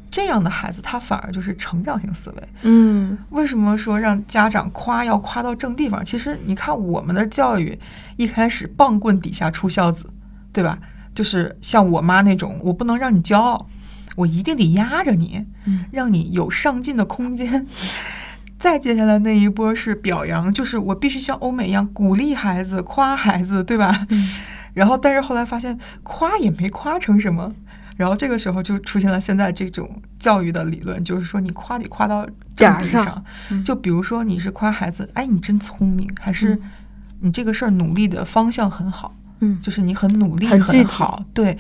这样的孩子，他反而就是成长性思维。嗯为什么说让家长夸要夸到正地方？其实你看我们的教育，一开始棒棍底下出孝子，对吧？就是像我妈那种，我不能让你骄傲，我一定得压着你，嗯让你有上进的空间。 再接下来那一波是表扬，就是我必须像欧美一样鼓励孩子、夸孩子，对吧？嗯 然后，但是后来发现夸也没夸成什么，然后这个时候就出现了现在这种教育的理论，就是说你夸得夸到点正儿地上嗯就比如说你是夸孩子，哎，你真聪明，还是嗯你这个事儿努力的方向很好，嗯就是你很努力，很很具体好。对，《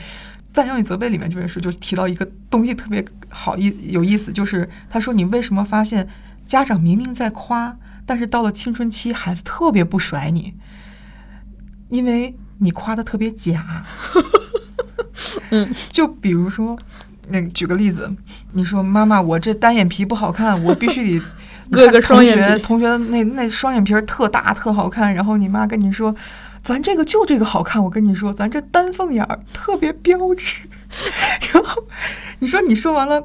赞扬与责备》里面这本书就提到一个东西特别好意有意思，就是他说你为什么发现家长明明在夸，但是到了青春期，孩子特别不甩你，因为你夸的特别假。嗯，就比如说，那举个例子，你说妈妈，我这单眼皮不好看，我必须得你 割看个双眼同学皮同学的那那双眼皮儿特大特好看，然后你妈跟你说，咱这个就这个好看，我跟你说，咱这丹凤眼儿特别标 致。然后你说你说完了。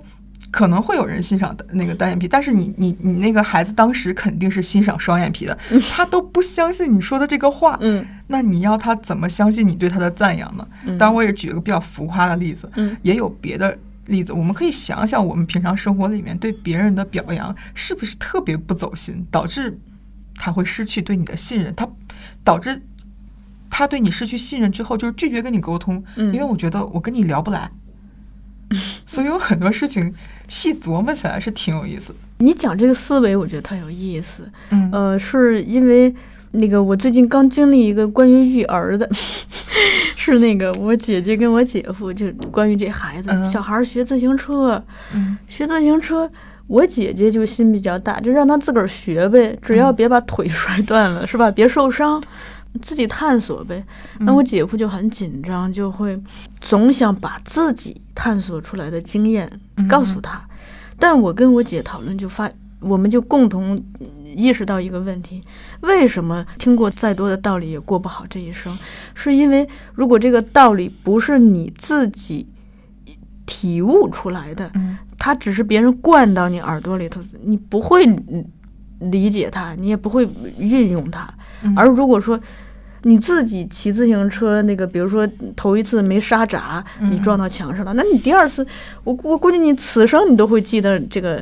可能会有人欣赏的那个单眼皮，但是你你你那个孩子当时肯定是欣赏双眼皮的，他都不相信你说的这个话，嗯那你要他怎么相信你对他的赞扬呢？嗯当然，我也举一个比较浮夸的例子，嗯也有别的例子，我们可以想想我们平常生活里面对别人的表扬是不是特别不走心，导致他会失去对你的信任，他导致他对你失去信任之后，就是拒绝跟你沟通，嗯因为我觉得我跟你聊不来。所以有很多事情细琢磨起来是挺有意思的。你讲这个思维，我觉得它有意思。嗯呃，是因为那个我最近刚经历一个关于育儿的， 是那个我姐姐跟我姐夫就关于这孩子、嗯小孩儿学自行车，嗯学自行车。我姐姐就心比较大，就让他自个儿学呗，只要别把腿 摔断了，是吧？别受伤，自己探索呗。那嗯我姐夫就很紧张，就会总想把自己探索出来的经验告诉他。但我跟我姐讨论就发，我们就共同意识到一个问题：为什么听过再多的道理也过不好这一生？是因为如果这个道理不是你自己体悟出来的，嗯它只是别人灌到你耳朵里头，你不会理解它，你也不会运用它。嗯而如果说你自己骑自行车，那个比如说头一次没刹闸，你撞到墙上了，那你第二次，我我估计你此生你都会记得这个，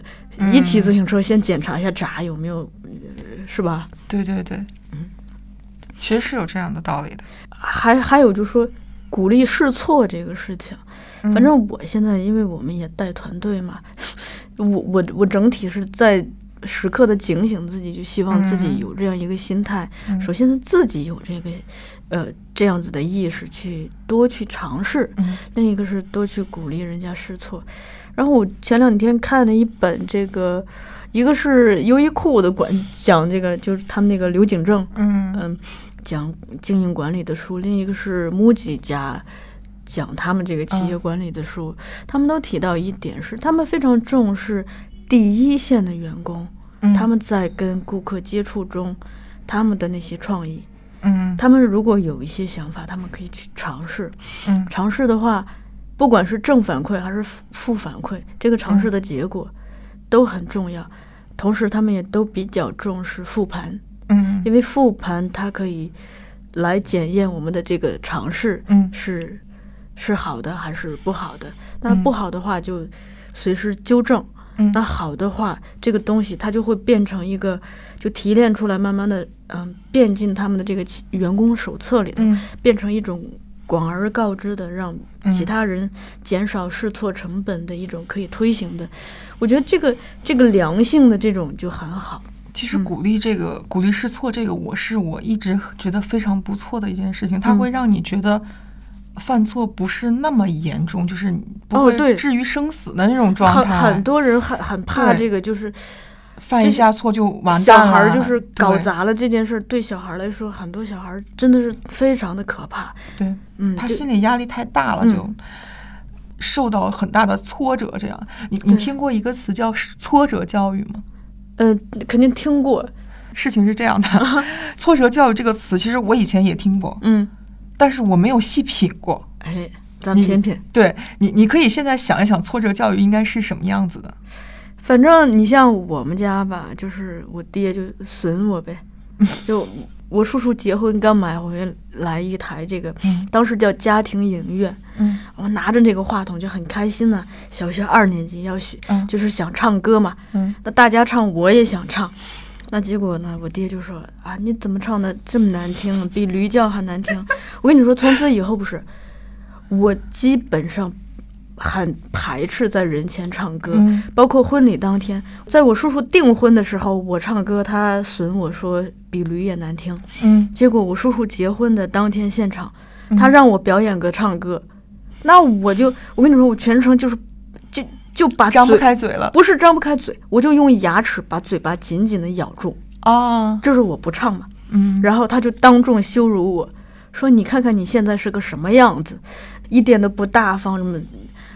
一骑自行车先检查一下闸有没有，呃是吧？对对对，嗯其实是有这样的道理的。还还有就是说。鼓励试错这个事情，嗯反正我现在因为我们也带团队嘛， 我我我整体是在时刻的警醒自己，就希望自己嗯有这样一个心态，嗯首先是自己有这个，呃，这样子的意识去多去尝试；嗯另一个是多去鼓励人家试错。然后我前两天看了一本这个，一个是优衣库的管讲这个，就是他们那个刘景正，嗯嗯，讲经营管理的书；另一个是 MUJI 家讲他们这个企业管理的书。他们都提到一点是，他们非常重视第一线的员工。嗯他们在跟顾客接触中，他们的那些创意，嗯他们如果有一些想法，他们可以去尝试。嗯尝试的话，不管是正反馈还是负负反馈，这个尝试的结果都很重要。同时，他们也都比较重视复盘，嗯因为复盘它可以来检验我们的这个尝试嗯是是好的还是不好的。那不好的话就随时纠正。嗯那好的话，这个东西它就会变成一个，就提炼出来，慢慢的，嗯，变进他们的这个企员工手册里头，嗯变成一种广而告之的，让其嗯他人减少试错成本的一种可以推行的。我觉得这个这个良性的这种就很好。其实嗯鼓励这个、鼓励试错这个，我是我一直觉得非常不错的一件事情，嗯它会让你觉得犯错不是那么严重，就是你哦不会对至于生死的那种状很态。很多人很很怕对这个，就是犯一下错就完小蛋了。孩儿就是搞对砸了这件事儿，对小孩儿来说，很多小孩儿真的是非常的可怕。对，嗯，他就心理压力太大了，嗯就受到很大的挫折。这样，你你对听过一个词叫是挫折教育吗？呃肯定听过，事情是 这样的，挫折教育这个词，其实我以前也听过，嗯，但是我没有细品过。哎，咱们你品品。对你，你可以现在想一想，挫折教育应该是什么样子的？反正你像我们家吧，就是我爹就损我 呗，就我叔叔结婚刚买回来一台这个，嗯当时叫家庭影院，嗯我拿着这个话筒就很开心呐、小学二年级要学，嗯就是想唱歌嘛，嗯那大家唱我也想唱，那结果呢，我爹就说啊，你怎么唱的这么难听，啊比驴叫还难听。我跟你说，从此以后不是，我基本上很排斥在人前唱歌。嗯包括婚礼当天，在我叔叔订婚的时候，我唱歌，他损我说比驴也难听。嗯，结果我叔叔结婚的当天现场，嗯他让我表演个唱歌，那我就我跟你说，我全程就是就就把张不嘴开嘴了不是张不开嘴，我就用牙齿把嘴巴紧紧的咬住，啊，这是我不唱嘛。嗯，然后他就当众羞辱我，说你看看你现在是个什么样子，一点都不大方什么。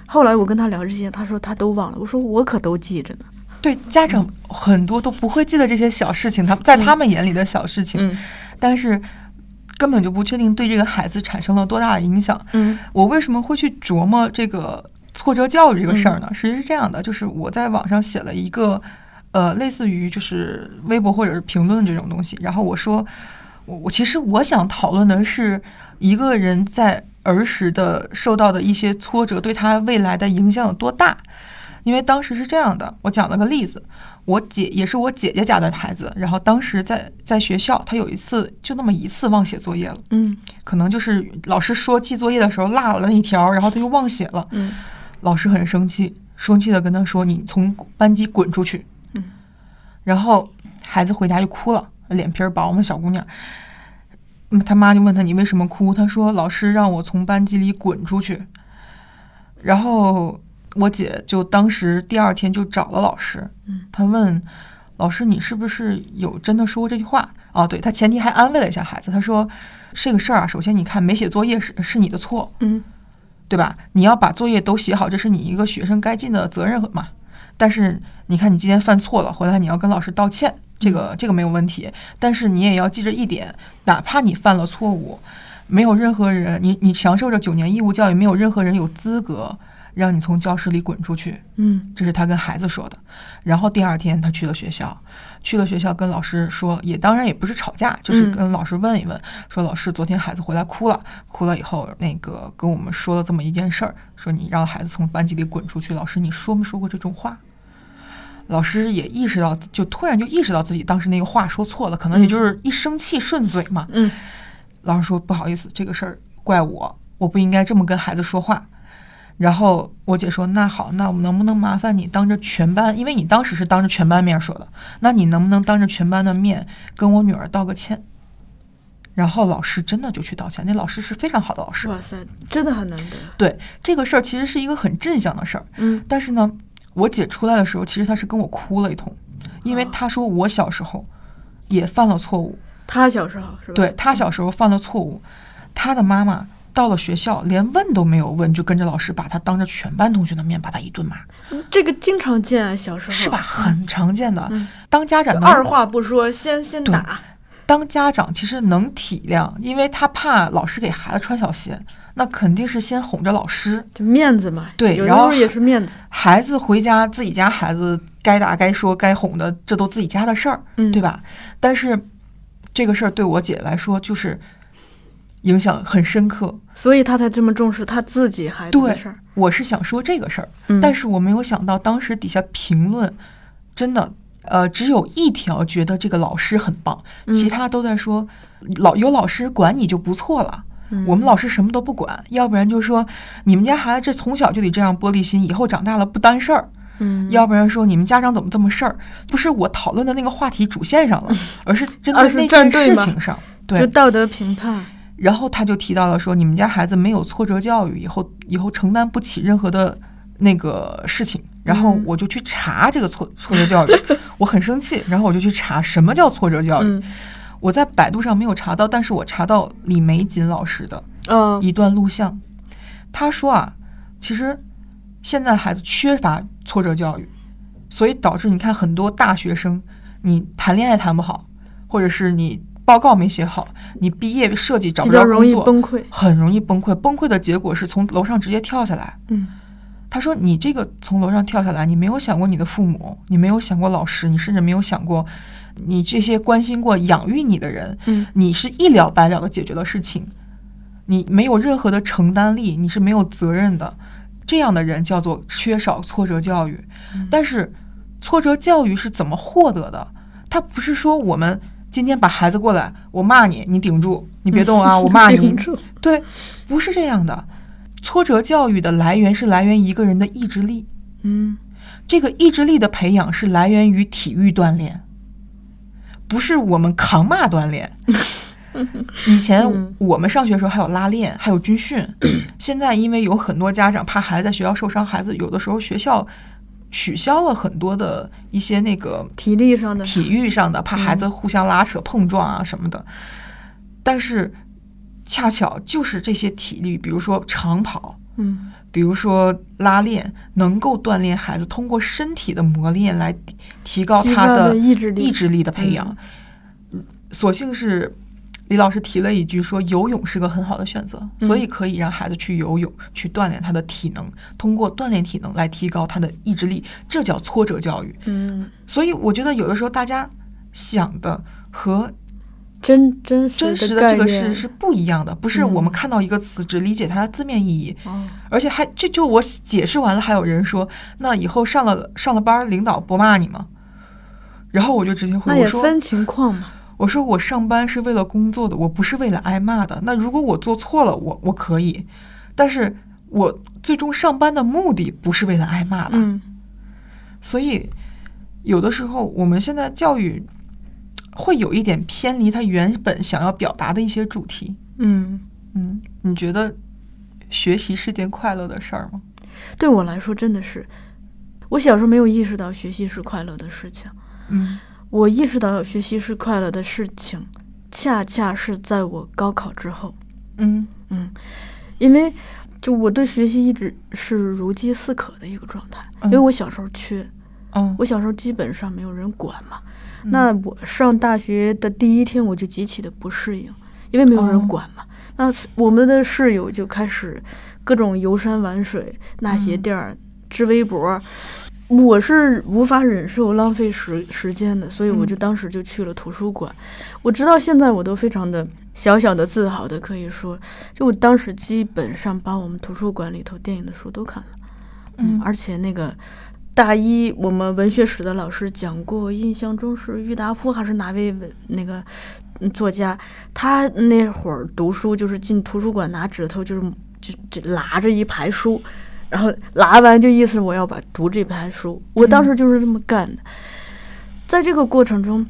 后来我跟他聊这些，他说他都忘了，我说我可都记着呢。对，家长很多都不会记得这些小事情，他们在他们眼里的小事情，嗯但是根本就不确定对这个孩子产生了多大的影响。嗯我为什么会去琢磨这个挫折教育这个事儿呢？实际是这样的，就是我在网上写了一个呃，类似于就是微博或者是评论这种东西，然后我说，我我其实我想讨论的是一个人在儿时的受到的一些挫折对他未来的影响有多大。因为当时是这样的，我讲了个例子，我姐也是我姐姐家的孩子，然后当时在在学校，她有一次就那么一次忘写作业了。嗯可能就是老师说记作业的时候落了那一条，然后他就忘写了，嗯老师很生气，生气的跟他说：“你从班级滚出去。”嗯，然后孩子回家就哭了，脸皮儿薄嘛，小姑娘。嗯，他妈就问他：“你为什么哭？”他说：“老师让我从班级里滚出去。”然后我姐就当时第二天就找了老师，嗯，她问老师：“你是不是有真的说过这句话？”哦，对，她前提还安慰了一下孩子，她说：“这个事儿啊，首先你看没写作业是是你的错，嗯对吧？你要把作业都写好，这是你一个学生该尽的责任和嘛。但是你看，你今天犯错了，回来你要跟老师道歉，这个这个没有问题。但是你也要记着一点，哪怕你犯了错误，没有任何人，你你享受着九年义务教育，没有任何人有资格让你从教室里滚出去。嗯这是他跟孩子说的。然后第二天他去了学校，去了学校跟老师说，也当然也不是吵架，就是嗯跟老师问一问，说老师昨天孩子回来哭了，哭了以后那个跟我们说了这么一件事儿，说你让孩子从班级里滚出去，老师你说没说过这种话？老师也意识到，就突然就意识到自己当时那个话说错了，可能也就是一生气顺嘴嘛。嗯老师说不好意思，这个事儿怪我，我不应该这么跟孩子说话。然后我姐说：“那好，那我们能不能麻烦你当着全班，因为你当时是当着全班面说的，那你能不能当着全班的面跟我女儿道个歉？”然后老师真的就去道歉，那老师是非常好的老师。哇塞，真的很难得。对这个事儿其实是一个很正向的事儿，嗯但是呢，我姐出来的时候，其实她是跟我哭了一通，因为啊她说我小时候也犯了错误，他小时候是吧？对他小时候犯了错误，他的妈妈到了学校连问都没有问，就跟着老师把他当着全班同学的面把他一顿骂，嗯，这个经常见啊，小时候是吧？？很常见的。嗯当家长能二话不说，先先对打。当家长其实能体谅，因为他怕老师给孩子穿小鞋，那肯定是先哄着老师。就面子嘛，对有的时然后候也是面子，孩子回家自己家孩子该打该说该哄的，这都自己家的事儿。嗯，对？吧？但是这个事儿对我姐来说就是影响很深刻。所以他才这么重视他自己孩子的对事儿。，我是想说这个事儿，嗯但是我没有想到当时底下评论真的。呃，只有一条觉得这个老师很棒，嗯其他都在说老有老师管你就不错了。嗯我们老师什么都不管，要不然就说你们家孩子这从小就得这样玻璃心，以后长大了不担事儿。嗯，要不然说你们家长怎么这么事儿？不是我讨论的那个话题主线上了，而是针嗯而对是那站件队事吗情上。就对，道德评判，然后他就提到了说，你们家孩子没有挫折教育，以后以后承担不起任何的那个事情。然后我就去查这个挫挫折教育，我很生气，然后我就去查什么叫挫折教育。嗯我在百度上没有查到，但是我查到李玫瑾老师的哦，一段录像，他说啊，其实现在孩子缺乏挫折教育，所以导致你看很多大学生，你谈恋爱谈不好，或者是你报告没写好，你毕业设计找比不较着容工易作，崩溃。很容易崩溃。崩溃的结果是从楼上直接跳下来。嗯他说：“你这个从楼上跳下来，你没有想过你的父母，你没有想过老师，你甚至没有想过你这些关心过、养育你的人，嗯你是一了百了的解决了事情，你没有任何的承担力，你是没有责任的。这样的人叫做缺少挫折教育。嗯但是，挫折教育是怎么获得的？他不是说我们今天把孩子过来，我骂你，你顶住，你别 动啊，我骂你顶，住对，不是这样的。挫折教育的来源是来源一个人的意志力，嗯这个意志力的培养是来源于体育锻炼，不是我们扛骂锻炼。以前嗯我们上学的时候还有拉练，还有军训，现在因为有很多家长怕孩子在学校受伤，孩子有的时候学校取消了很多的一些那个体力上的体育上的，怕孩子互相拉扯、碰撞啊什么的。但是，恰巧就是这些体力，比如说长跑，嗯比如说拉练，能够锻炼孩子通过身体的磨练来提提高激他发的的意志力嗯意志力的培养。所幸是李老师提了一句说，游泳是个很好的选择，嗯所以可以让孩子去游泳，去锻炼他的体能，通过锻炼体能来提高他的意志力，这叫挫折教育。嗯，所以我觉得有的时候大家想的和真真实真实的概这个念是是不一样的，不是我们嗯看到一个词只理解它的字面意义，哦而且还这就我解释完了，还有人说那以后上了上了班儿，领导不骂你吗？然后我就直接回那我也说分情况嘛。我说我上班是为了工作的，我不是为了挨骂的。那如果我做错了，我我可以，但是我最终上班的目的不是为了挨骂吧？嗯所以有的时候我们现在教育会有一点偏离他原本想要表达的一些主题。嗯。嗯，你觉得学习是件快乐的事儿吗？对我来说真的是，我小时候没有意识到学习是快乐的事情。嗯我意识到学习是快乐的事情，恰恰是在我高考之后，嗯因为就我对学习一直是如饥似渴的一个状态，嗯因为我小时候缺，嗯我小时候基本上没有人管嘛。嗯那我上大学的第一天我就极其的不适应，因为没有人哦管嘛。那我们的室友就开始各种游山玩水、纳鞋嗯垫儿、织围脖儿。我是无法忍受浪费时时间的，所以我就嗯当时就去了图书馆。我直到现在我都非常的小小的自豪的，可以说，就我当时基本上把我们图书馆里头电影的书都看了。嗯，而且那个大一我们文学史的老师讲过，印象中是郁达夫还是哪位文那个嗯作家，他那会儿读书就是进图书馆拿指头，就是就就拿着一排书，然后拿完就意思我要把读这排书，我当时就是这么干的。在这个过程中，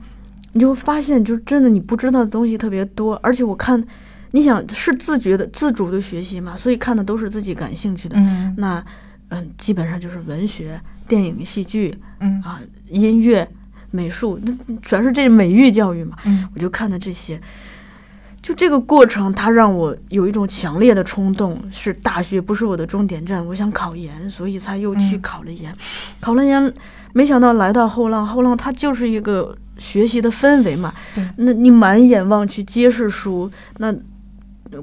你就会发现，就真的你不知道的东西特别多，而且我看。你想是自觉的、自主的学习嘛，所以看的都是自己感兴趣的。嗯那嗯，基本上就是文学、电影、戏剧嗯啊、音乐、美术，那全是这美育教育嘛。嗯我就看的这些，就这个过程，它让我有一种强烈的冲动，是大学不是我的终点站，我想考研，所以才又去嗯考了研。考了研，没想到来到后浪，后浪它就是一个学习的氛围嘛对。那你满眼望去皆是书，那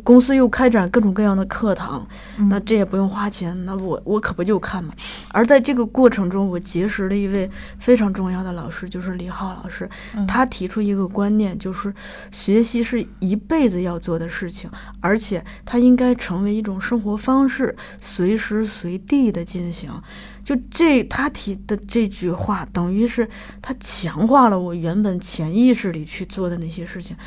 公司又开展各种各样的课堂，嗯那这也不用花钱，那我我可不就看嘛。而在这个过程中，我结识了一位非常重要的老师，就是李浩老师。嗯他提出一个观念，就是学习是一辈子要做的事情，而且它应该成为一种生活方式，随时随地的进行。就这，他提的这句话，等于是他强化了我原本潜意识里去做的那些事情。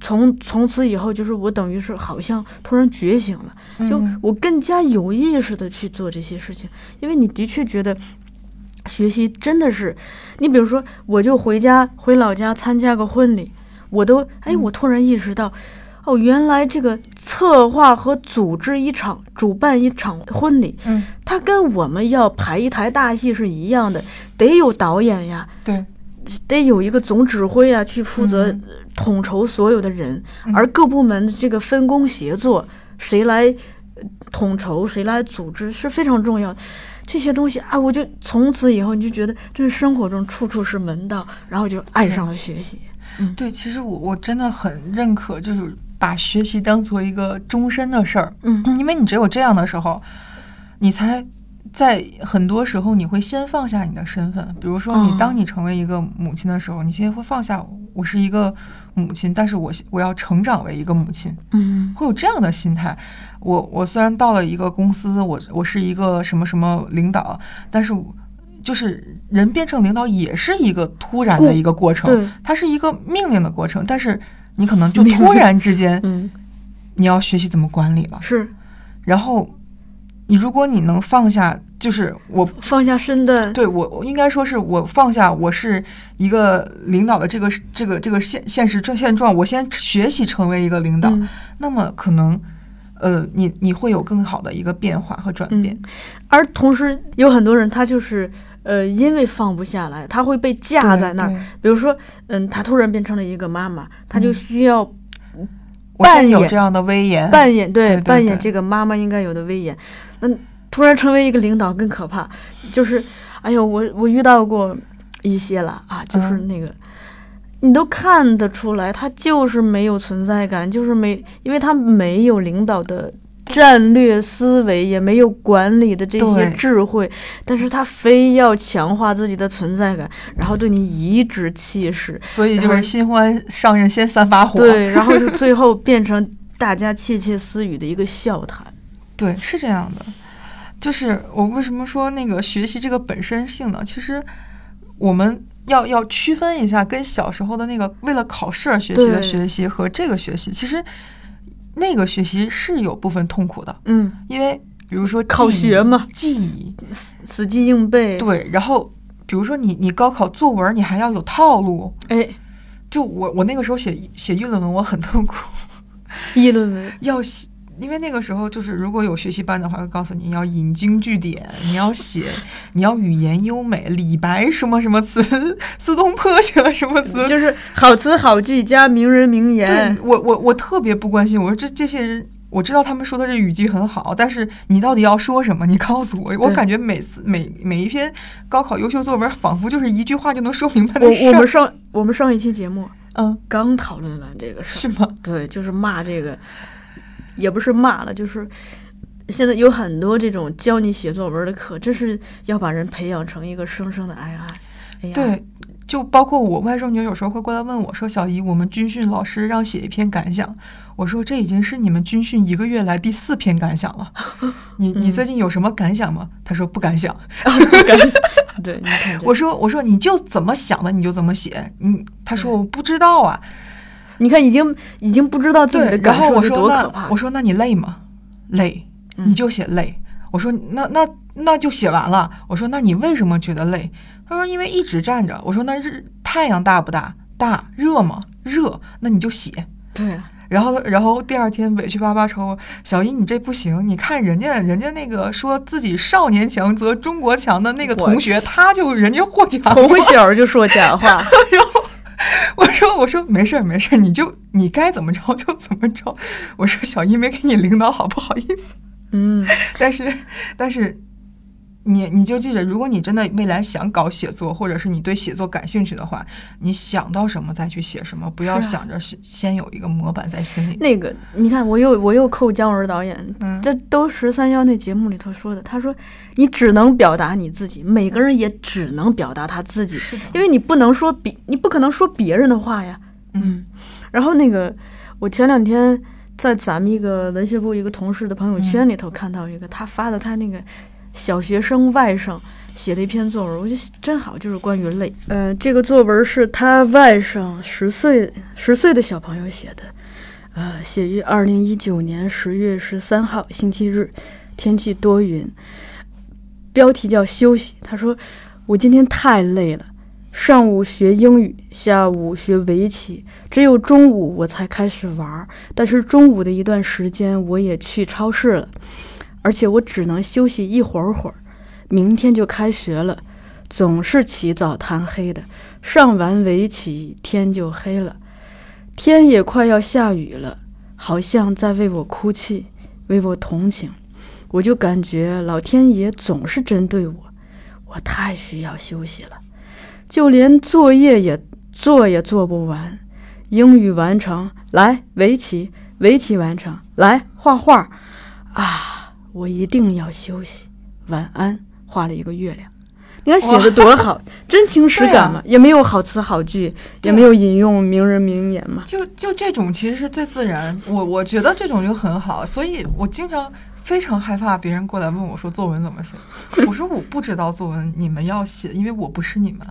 从从此以后，就是我等于是好像突然觉醒了，就嗯我更加有意识的去做这些事情，因为你的确觉得学习真的是，你比如说，我就回家回老家参加个婚礼，我都哎，我突然意识到，哦，原来这个策划和组织一场、主办一场婚礼，嗯它跟我们要排一台大戏是一样的，得有导演呀，对，得有一个总指挥啊，去负责嗯统筹所有的人，嗯而各部门的这个分工协作，谁来呃统筹，谁来组织是非常重要的。这些东西啊，我就从此以后你就觉得这是生活中处处是门道，然后就爱上了学习。对，其实我我真的很认可，就是把学习当做一个终身的事儿，嗯因为你只有这样的时候，你才在很多时候你会先放下你的身份。比如说，你嗯当你成为一个母亲的时候，你先会放下我是一个母亲，但是我我要成长为一个母亲，嗯会有这样的心态。我我虽然到了一个公司，我我是一个什么什么领导，但是我就是人变成领导也是一个突然过的一个过程，对它是一个命令的过程，但是你可能就命令突然之间嗯，你要学习怎么管理了。是然后你如果你能放下，就是我放下身段，对我我应该说是我放下，我是一个领导的这个这个这个现现实状现状，我先学习成为一个领导，嗯那么可能。呃，你你会有更好的一个变化和转变，嗯而同时有很多人他就是呃，因为放不下来，他会被架对在那儿。对比如说，嗯，她突然变成了一个妈妈，她就嗯需要我先有扮演这样的威 严，扮演、对对对扮演对这个妈妈应该有的威严。那突然成为一个领导更可怕，就是，哎呦，我我遇到过一些了啊，就是嗯那个。你都看得出来，他就是没有存在感，就是没，因为他没有领导的战略思维，也没有管理的这些对智慧，但是他非要强化自己的存在感，然后对你颐指气使，所以就然后是新欢上任先三把嗯火，对，然后就最后变成大家窃窃私语的一个笑谈。对，是这样的。就是我为什么说那个学习这个本身性呢？其实我们要要区分一下，跟小时候的那个为了考试而学习的对学习和这个学习，其实那个学习是有部分痛苦的，嗯，因为比如说考记忆学嘛，记忆死死记硬背。，对，然后比如说你你高考作文，你还要有套路。哎，就我我那个时候写写议论文，我很痛苦，议论文要写，因为那个时候就是如果有学习班的话，会告诉你要引经据典，你要写，你要语言优美，李白什么什么词，苏东坡写了什么词。嗯就是好词好句加名人名对言。我我我特别不关心，我说这这些人。我知道他们说的这语句很好，但是你到底要说什么？你告诉我。我对感觉每次每每一篇高考优秀作文，仿佛就是一句话就能说明白的我事我儿们。上我们上一期节目嗯，刚讨论完这个事儿，是吗？对，就是骂这个，也不是骂了，就是。现在有很多这种教你写作文的课，真是要把人培养成一个生生的 AI。AI 对，就包括我外甥女有时候会过来问我说：“小姨，我们军训老师让写一篇感想。”我说：“这已经是你们军训一个月来第四篇感想了，你你最近有什么感想吗？”她说：“不敢想。 对，你看这”我说：“我说你就怎么想的你就怎么写。”嗯，她说：“我不知道啊。你看已经已经不知道”自己的对，感然后受我是说：“多可怕嗯那了。我说那你累吗？累，你就写累。我说：“那那那就写完了。”我说：“那你为什么觉得累？”她说：“因为一直站着。”我说：“那日太阳大不大？大，热吗？热，那你就写。”对啊，然后，然后第二天委屈巴巴瞅我，小姨你这不行，你看人家人家那个说自己少年强则中国强的那个同我学，去他就人家获奖了。从小就说假话，我说我说没事儿没事儿，你就你该怎么着就怎么着。我说小姨没给你领导好不好意思，嗯，但是但是你你就记着，如果你真的未来想搞写作，或者是你对写作感兴趣的话，你想到什么再去写什么，不要是啊想着是先有一个模板在心里。那个你看，我又我又扣姜文导演，嗯这都十三幺那节目里头说的，他说你只能表达你自己，每个人也只能表达他自己，是的，因为你不能说别，你不可能说别人的话呀。嗯然后那个，我前两天在咱们一个文学部一个同事的朋友嗯圈里头看到一个、他发的他那个小学生外甥写的一篇作文，我觉得真好，就是关于泪。呃，这个作文是他外甥十岁十岁的小朋友写的，呃，写于二零一九年十月十三号星期日，天气多云，标题叫休息。他说：“我今天太累了。”上午学英语，下午学围棋，只有中午我才开始玩儿。但是中午的一段时间，我也去超市了，而且我只能休息一会儿会儿。明天就开学了，总是起早贪黑的，上完围棋天就黑了，天也快要下雨了，好像在为我哭泣，为我同情。我就感觉老天爷总是针对我，我太需要休息了，就连作业也做也做不完。英语完成，来围棋，围棋完成，来画画，啊，我一定要休息。晚安，画了一个月亮。 你看写的多好，真情实感嘛，对啊也没有好词好句，也没有引用名人名言嘛。就就这种其实是最自然，我我觉得这种就很好，所以我经常非常害怕别人过来问我说作文怎么写，我说我不知道作文你们要写，因为我不是你们，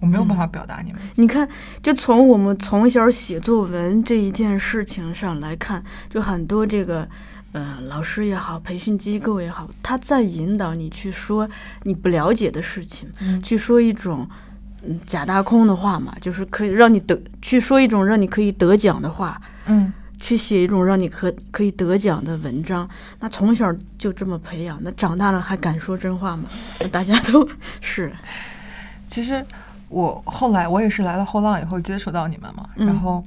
我没有嗯办法表达你们。你看，就从我们从小写作文这一件事情上来看，就很多这个，呃，老师也好，培训机构也好，他在引导你去说你不了解的事情，嗯去说一种嗯假大空的话嘛，就是可以让你得去说一种让你可以得奖的话，嗯，去写一种让你可可以得奖的文章。那从小就这么培养，那长大了还敢说真话吗？那大家都 是，其实我后来我也是来了后浪以后接触到你们嘛，嗯然后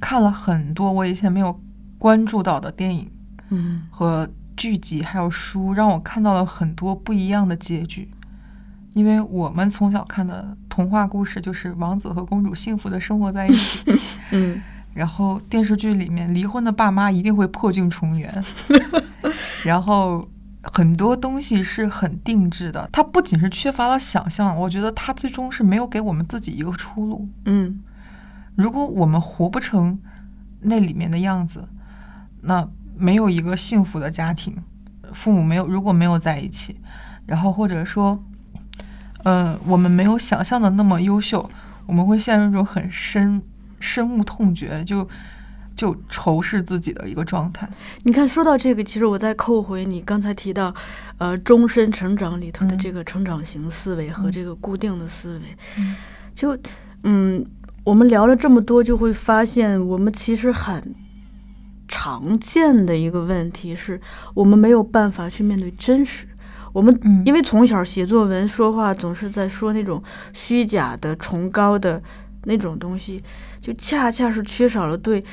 看了很多我以前没有关注到的电影嗯和剧集，还有书，让我看到了很多不一样的结局。因为我们从小看的童话故事就是王子和公主幸福的生活在一起，嗯，然后电视剧里面离婚的爸妈一定会破镜重圆，然后很多东西是很定制的，它不仅是缺乏了想象，我觉得它最终是没有给我们自己一个出路。嗯如果我们活不成那里面的样子，那没有一个幸福的家庭，父母没有如果没有在一起，然后或者说，呃，我们没有想象的那么优秀，我们会陷入一种很深深恶痛绝，就就仇视自己的一个状态。你看，说到这个，其实我再扣回你刚才提到，呃，终身成长里头的嗯这个成长型思维和这个固定的思维，嗯就嗯，我们聊了这么多，就会发现我们其实很常见的一个问题是我们没有办法去面对真实。我们嗯因为从小写作文、说话总是在说那种虚假的、崇高的那种东西，就恰恰是缺少了对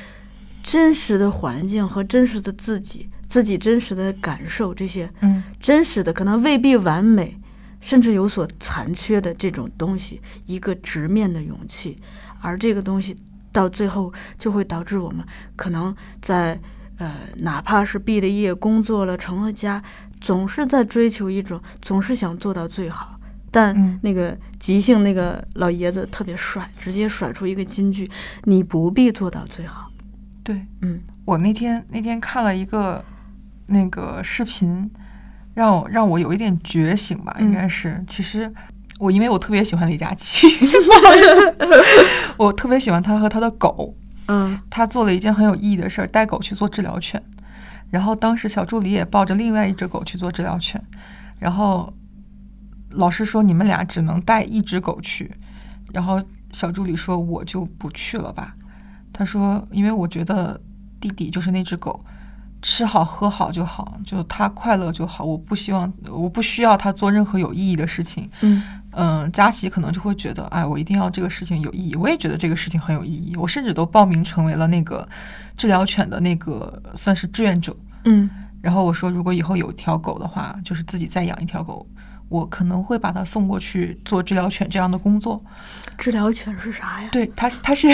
真实的环境和真实的自己、自己真实的感受这些嗯真实的，可能未必完美，甚至有所残缺的这种东西，一个直面的勇气，而这个东西到最后就会导致我们可能在呃，哪怕是毕了业、工作了、成了家，总是在追求一种，总是想做到最好。但嗯那个即兴那个老爷子特别帅，直接甩出一个金句：“你不必做到最好。对，”嗯我那天那天看了一个那个视频，让我让我有一点觉醒吧，嗯应该是。其实我因为我特别喜欢李佳 琦，我特别喜欢他和他的狗。嗯他做了一件很有意义的事儿，带狗去做治疗犬。然后当时小助理也抱着另外一只狗去做治疗犬，然后老师说你们俩只能带一只狗去，然后小助理说我就不去了吧。他说因为我觉得弟弟就是那只狗，吃好喝好就好，就他快乐就好，我不希望我不需要他做任何有意义的事情。嗯嗯，佳琪可能就会觉得，哎，我一定要这个事情有意义。我也觉得这个事情很有意义，我甚至都报名成为了那个治疗犬的那个算是志愿者。嗯然后我说，如果以后有条狗的话，就是自己再养一条狗，我可能会把它送过去做治疗犬这样的工作。治疗犬是啥呀？对，它它是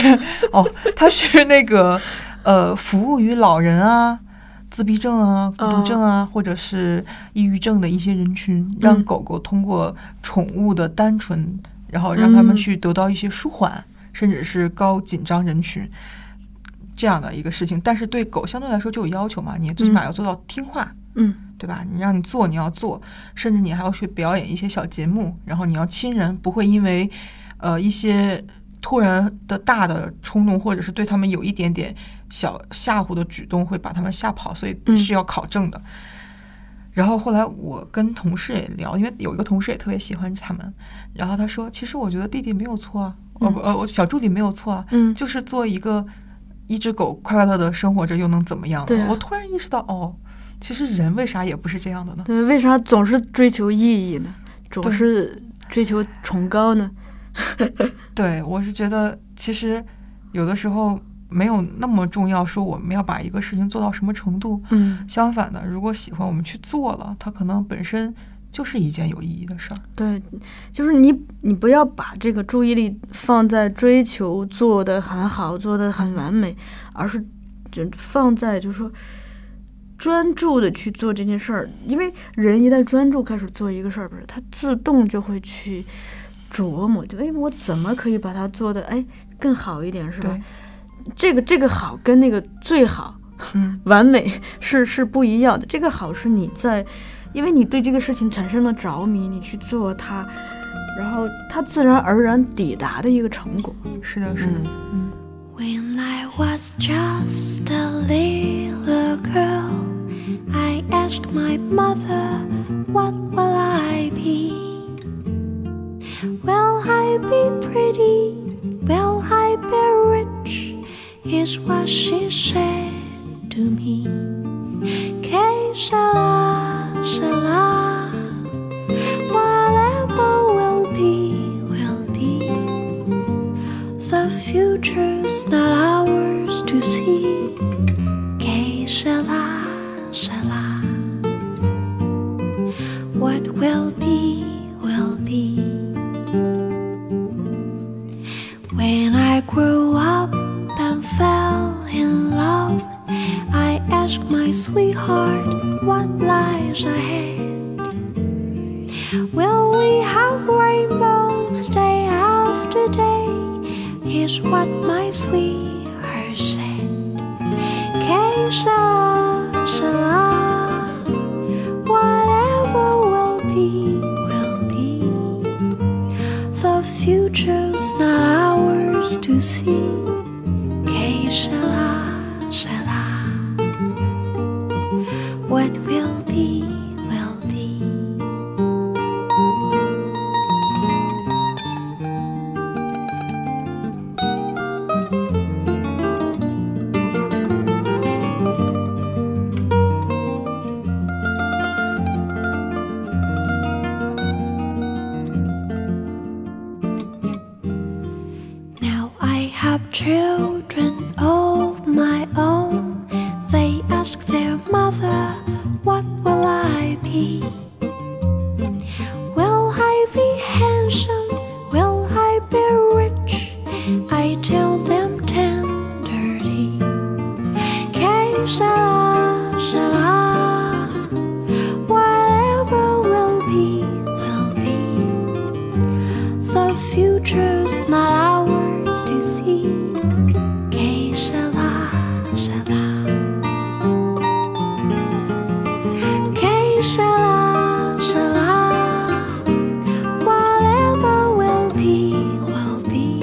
哦，它是那个呃，服务于老人啊。自闭症啊、孤独症啊，或者是抑郁症的一些人群，让哦嗯狗狗通过宠物的单纯，然后让他们嗯去得到一些舒缓，甚至是高紧张人群这样的一个事情。但是对狗相对来说就有要求嘛，你最起嗯码要做到听话，嗯对吧？你让你做，你要做，甚至你还要去表演一些小节目，然后你要亲人，不会因为呃一些突然的大的冲动，或者是对他们有一点点小吓唬的举动，会把他们吓跑，所以嗯是要考证的。然后后来我跟同事也聊，因为有一个同事也特别喜欢他们，然后他说，其实我觉得弟弟没有错啊，呃嗯不呃我小助理没有错啊，嗯，就是做一个一只狗快快乐乐地生活着又能怎么样呢？对啊我突然意识到，哦，其实人为啥也不是这样的呢？对，为啥总是追求意义呢？总对是追求崇高呢？对，我是觉得其实有的时候没有那么重要，说我们要把一个事情做到什么程度。嗯，相反的，如果喜欢我们去做了，它可能本身就是一件有意义的事儿。对，就是你，你不要把这个注意力放在追求做的很好、做的很完美，而是就放在就是说专注的去做这件事儿。因为人一旦专注开始做一个事儿，不是他自动就会去琢磨，就哎，我怎么可以把它做的哎更好一点，是吧对？，这个这个好跟那个最好嗯，完美是是不一样的。这个好是你在，因为你对这个事情产生了着迷，你去做它，然后它自然而然抵达的一个成果。是的，是的，嗯 When I was just a little girl, I asked my mother, What will I be? Will I be pretty? Will I be rich? Is what she said to me. Que sera, sera. Whatever will be, will be. The future's not ours to see. Que sera, sera. What will be, will be. When I grew up and fell in love, I asked my sweetheart what lies ahead. Will we have rainbows day after day? Here's what my sweetheart said. Keisha, shala, whatever will be, will be. The future's not ours to see. Keisha, shala, what will be, will be. Now I have children of my own. They ask their mother, What will I be? Will I be handsome? Will I be rich? I tell them tenderly. Que sera, sera. Whatever will be, will be. The future's not ours to see. Que sera, sera. Que sera, sera. Whatever will be, will be.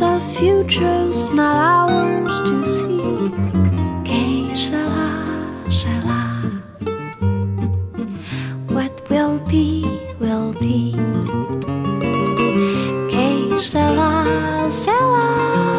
The future's not ours to see. Que sera, sera. What will be, will be. Que será, será.